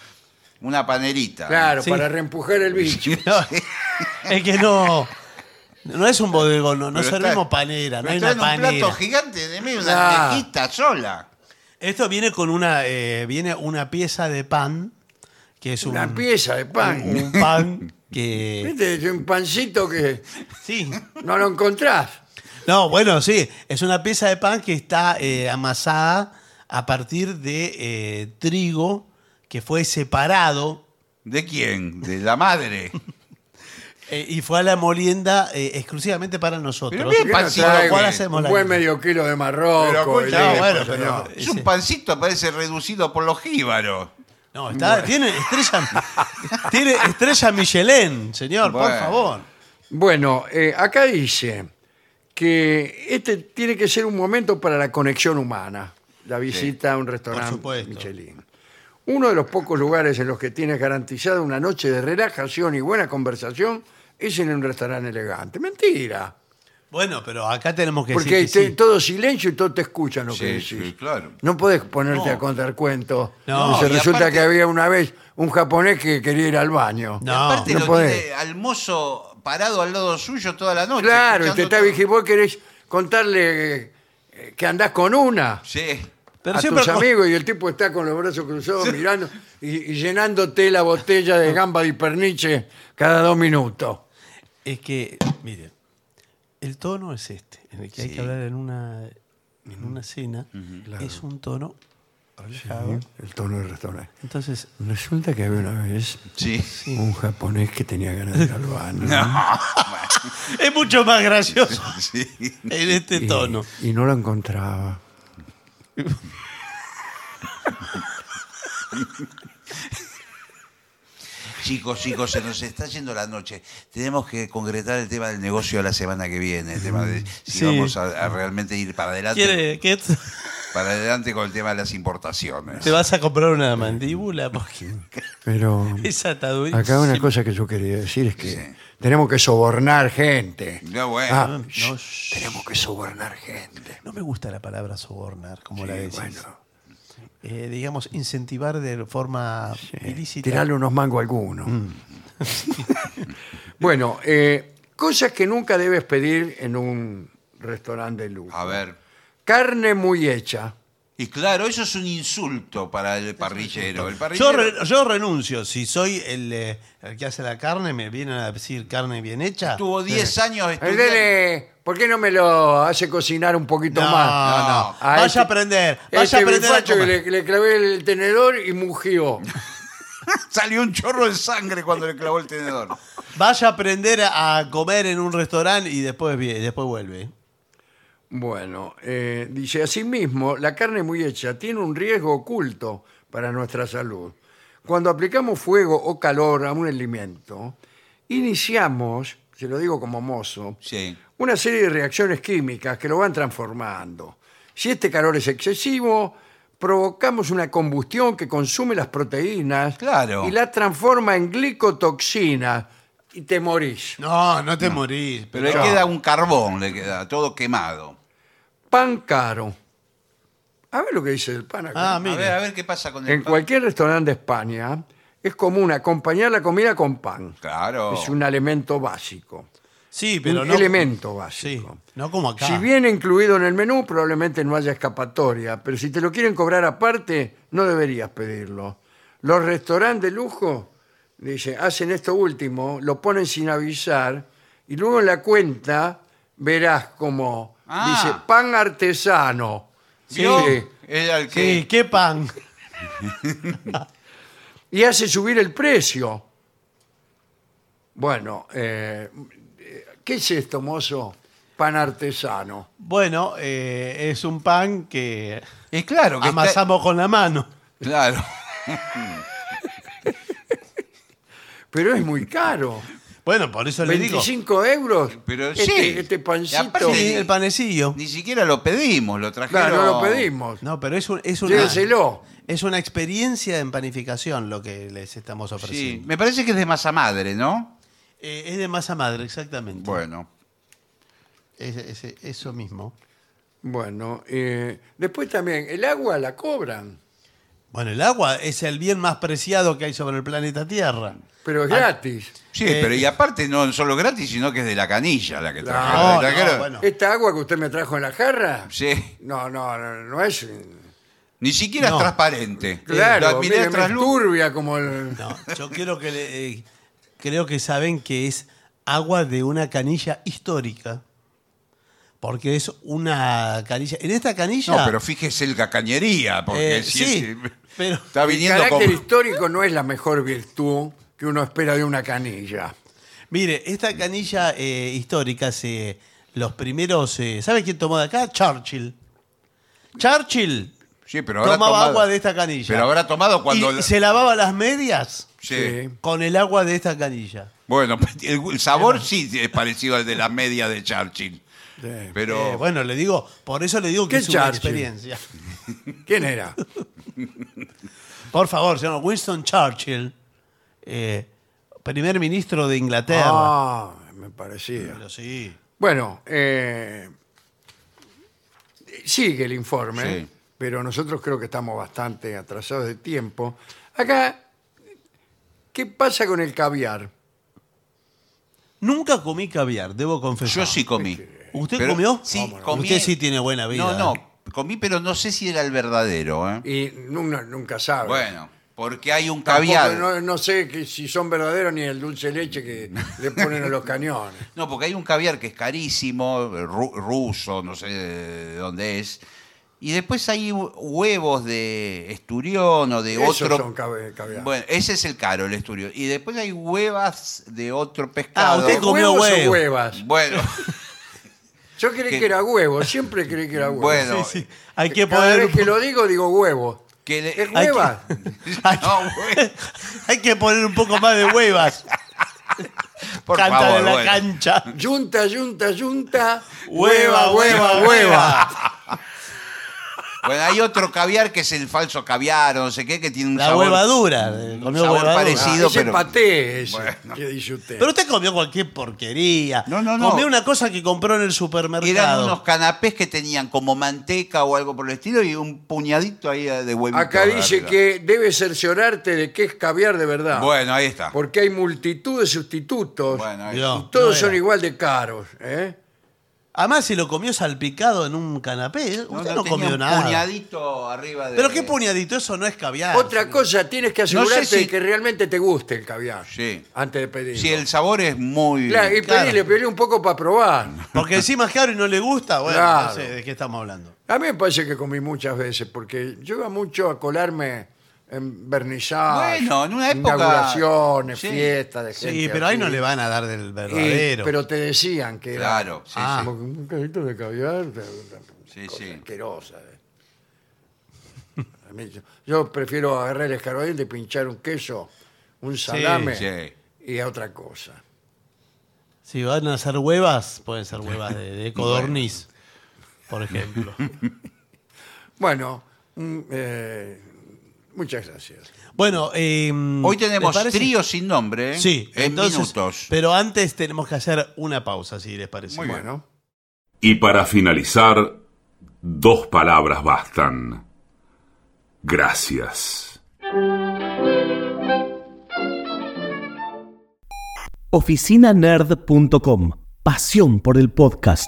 Una panerita.
Claro,
Sí.
para reempujar el bicho.
No, es que no. No es un bodegón, no, no
Pero
servimos
está-
panera, no
Pero
hay
traen
una
un plato
panera.
gigante de medio,
Claro.
una almejita sola.
Esto viene con una eh, viene una pieza de pan, que es un,
Una pieza de pan.
un pan que.
Este es un pancito que
Sí.
no lo encontrás.
No, bueno, sí. Es una pieza de pan que está eh, amasada a partir de eh, trigo que fue separado
¿De quién? De la madre.
eh, y fue a la molienda eh, exclusivamente para nosotros.
Pero bien,
¿Por qué no
pancito,
traigo
¿cuál hacemos
un
la-
buen medio kilo de marroco.
Pero,
y
escucha,
listo,
bueno,
señor.
pero-
Es un pancito, parece reducido por los jíbaros.
No, está, tiene estrella, tiene estrella Michelin, señor, por
Bueno.
favor.
Bueno, eh, acá dice que este tiene que ser un momento para la conexión humana, la visita a un restaurante
supuesto.
Michelin. Uno de los pocos lugares en los que tienes garantizada una noche de relajación y buena conversación es en un restaurante elegante. Mentira.
Bueno, pero acá tenemos que
Porque este
decir que
te-
sí.
todo silencio y todo te escuchan lo que
Sí,
decís.
sí, claro.
No podés ponerte
No.
a contar cuentos.
No,
Y se
y
resulta
aparte-
que había una vez un japonés que quería ir al baño.
Y
No.
aparte
no
lo
podés.
tiene al mozo parado al lado suyo toda la noche.
Claro, y te está
escuchando todo.
vigilando. Vos querés contarle eh, que andás con una
Sí.
Pero
a
siempre
tus
con-
amigos y el tipo está con los brazos cruzados mirando y, y llenándote la botella de gamba y perniche cada dos minutos.
Es que, mire, el tono es este, en el que hay
Sí.
que hablar en una, en una cena. Es un tono relajado.
¿Eh? El tono del restaurante.
Entonces,
Resulta que había una vez
Sí.
un japonés que tenía ganas de ir al baño.
es mucho más gracioso
Sí.
en este
y-
tono.
Y, no lo encontraba.
Chicos, chicos, se nos está yendo la noche. Tenemos que concretar el tema del negocio la semana que viene. El tema de si
Sí.
vamos a, a realmente ir para adelante.
¿Quiere que t-
Para adelante con el tema de las importaciones.
te vas a comprar una mandíbula? Porque
Pero
esa está durísima.
acá una cosa que yo quería decir es que tenemos que sobornar gente.
No, bueno.
Ah,
No,
shh,
shh.
tenemos que sobornar gente.
No me gusta la palabra sobornar, como la
Sí,
decís.
bueno.
Eh, digamos, incentivar de forma ilícita.
Tirarle unos mangos a alguno. Mm. bueno, eh, cosas que nunca debes pedir en un restaurante de lujo.
A ver.
Carne muy hecha.
Y claro, eso es un insulto para el parrillero. El
Yo,
parrillero
re- yo renuncio. Si soy el, eh, el que hace la carne, me vienen a decir carne bien hecha.
tuvo 10 años
El
estudiando.
dele, ¿por qué no me lo hace cocinar un poquito
No,
más?
no.
A
Vaya
este-
a aprender. Vaya
este
a aprender a
bizcocho que
comer.
le, le clavé el tenedor y mugió.
Salió un chorro de sangre cuando le clavó el tenedor.
Vaya a aprender a comer en un restaurante y después, vie- después vuelve.
Bueno, eh, dice, asimismo, la carne muy hecha tiene un riesgo oculto para nuestra salud. Cuando aplicamos fuego o calor a un alimento, iniciamos, se lo digo como mozo,
Sí.
una serie de reacciones químicas que lo van transformando. Si este calor es excesivo, provocamos una combustión que consume las proteínas
Claro.
y las transforma en glicotoxina y te morís.
No, no te morís.
Pero le
No.
queda un carbón, le queda todo quemado.
Pan caro. A ver lo que dice el pan acá.
Ah,
A
mire.
ver, a ver qué pasa con el
En
pan.
cualquier restaurante de España es común acompañar la comida con pan.
Claro.
Es un elemento básico.
Oh. Sí, pero
un
no.
elemento
Sí,
básico.
no como acá.
Si viene incluido en el menú, probablemente no haya escapatoria, pero si te lo quieren cobrar aparte, no deberías pedirlo. Los restaurantes de lujo, dice, hacen esto último, lo ponen sin avisar, y luego en la cuenta verás como
Ah.
dice pan artesano.
¿Vio?
Sí.
Era el que.
Sí, qué pan.
y hace subir el precio. Bueno, eh, ¿qué es esto, mozo? Pan artesano.
Bueno, eh, es un pan que
Es claro que está-
amasamos con la mano.
Claro.
Pero es muy caro.
Bueno, por eso le digo.
25 euros.
Pero
este,
sí.
este pancito.
Y aparte-
Sí, el panecillo.
Ni siquiera lo pedimos, lo trajeron.
Claro, no lo pedimos.
No, pero es, un- es una.
Lléveselo.
Es una experiencia en panificación lo que les estamos
Sí.
ofreciendo.
Me parece que es de masa madre, ¿no?
Eh, es de masa madre, exactamente.
Bueno.
Es- es- eso mismo.
Bueno, eh, después también, el agua la cobran,
Bueno, el agua es el bien más preciado que hay sobre el planeta Tierra.
pero
Ah,
es gratis.
Sí,
Eh,
pero y aparte no solo gratis, sino que es de la canilla la que trajeron.
No,
La trajeron-
no, bueno.
Esta agua que usted me trajo en la jarra,
Sí.
no, no, no, no es.
Ni siquiera
No.
es transparente.
Claro,
La miré
mire, es
trasluz-
turbia como el.
No, yo quiero que le- eh, creo que saben que es agua de una canilla histórica. Porque es una canilla. En esta canilla.
No, pero fíjese el cacañería, porque
eh,
si es-
sí, pero
está
El
viniendo
carácter
como.
histórico no es la mejor virtud que uno espera de una canilla.
mire, esta canilla eh, histórica se. Los primeros. eh, ¿Sabe quién tomó de acá? Churchill. Churchill
Sí, pero habrá
tomaba
tomado-
agua de esta canilla.
Pero habrá tomado cuando.
Y se lavaba las medias
Sí.
Sí.
con el agua de esta canilla.
Bueno, pues, el, el sabor sí es parecido al de la media de Churchill. Pero
Eh, bueno, le digo, por eso le digo
¿Qué
que es una
Churchill?
experiencia.
¿Quién era?
Por favor, señor Winston Churchill, eh, primer ministro de Inglaterra.
Ah, me parecía.
Pero sí.
Bueno, eh, sigue el informe,
Sí.
pero nosotros creo que estamos bastante atrasados de tiempo. Acá, ¿qué pasa con el caviar?
Nunca comí caviar, debo
Yo
confesar.
sí comí.
¿Usted
Pero-
comió?
Sí,
Vámonos.
comí.
Usted sí tiene buena vida. ¿eh?
No, no, comí, pero no sé si era el verdadero. ¿eh?
Y uno nunca sabe.
Bueno, porque hay un
Tampoco-
caviar.
No, no sé que- si son verdaderos ni el dulce de leche que le ponen a los cañones.
No, porque hay un caviar que es carísimo, ru- ruso, no sé de dónde es. Y después hay hu- huevos de esturión o de
Esos
otro.
son cabe- caviar.
Bueno, ese es el caro, el esturión. Y después hay huevas de otro
Ah,
pescado.
usted comió
¿Huevos o
huevo.
huevas?
Bueno,
Yo creí que,
Que-
era huevo, siempre creí que era huevo.
Bueno.
Sí, sí. Hay que
Cada
poner.
vez que lo digo, digo huevo.
que le-
¿Es
Hay que-
hueva?
Hay,
No, bueno,
hay que poner un poco más de huevas.
por
Canta
favor,
de la
bueno.
cancha.
Yunta, yunta, yunta.
Hueva, hueva, hueva.
Bueno, hay otro caviar que es el falso caviar, o no sé qué, que tiene un
La
sabor.
huevadura. eh, Comió
sabor
huevadura.
parecido.
Ese
pero-
paté ese
Bueno.
que dice usted.
Pero usted comió cualquier porquería.
No, no, no.
Comió una cosa que compró en el
Eran
supermercado.
unos canapés que tenían como manteca o algo por el estilo y un puñadito ahí de huevito.
Acá dice
arriba.
que debes cerciorarte de qué es caviar de verdad.
Bueno, ahí está.
Porque hay multitud de sustitutos.
Bueno, ahí
Dios.
está.
y todos
No era.
son igual de caros. ¿eh?
Además, si lo comió salpicado en un canapé, usted no,
tenía
comió
un
nada.
puñadito arriba de...
Pero qué puñadito, eso no es caviar.
Otra cosa, tienes que asegurarte
si-
de que realmente te guste el caviar.
Sí.
Antes de pedirlo.
Si el sabor es muy...
Claro, y
claro.
pedile, pedile un poco para probar.
Porque encima es caro y no le gusta, bueno,
Claro.
no sé de qué estamos hablando.
A mí me parece que comí muchas veces, porque yo iba mucho a colarme en vernizaje,
Bueno, en una época-
inauguraciones,
Sí.
fiestas de
Sí,
gente
pero ahí no
así.
le van a dar del
Y-
verdadero.
pero te decían que era
Claro, sí,
Ah.
como que un cajito de caviar, una
Sí,
cosa
sí.
asquerosa. eh. A mí yo, yo prefiero agarrar el escarabajo y pinchar un queso, un salame
sí.
y a otra cosa.
Si van a hacer huevas, pueden ser huevas de, de codorniz, por ejemplo.
Bueno, mm, eh, muchas gracias.
Bueno, eh,
Hoy
¿les
tenemos
parece?
trío sin nombre. ¿eh?
Sí,
En
entonces,
minutos.
Pero antes tenemos que hacer una pausa, si les parece.
Muy bien.
bueno,
Y para finalizar, dos palabras bastan. Gracias.
oficinanerd.com. Pasión por el podcast.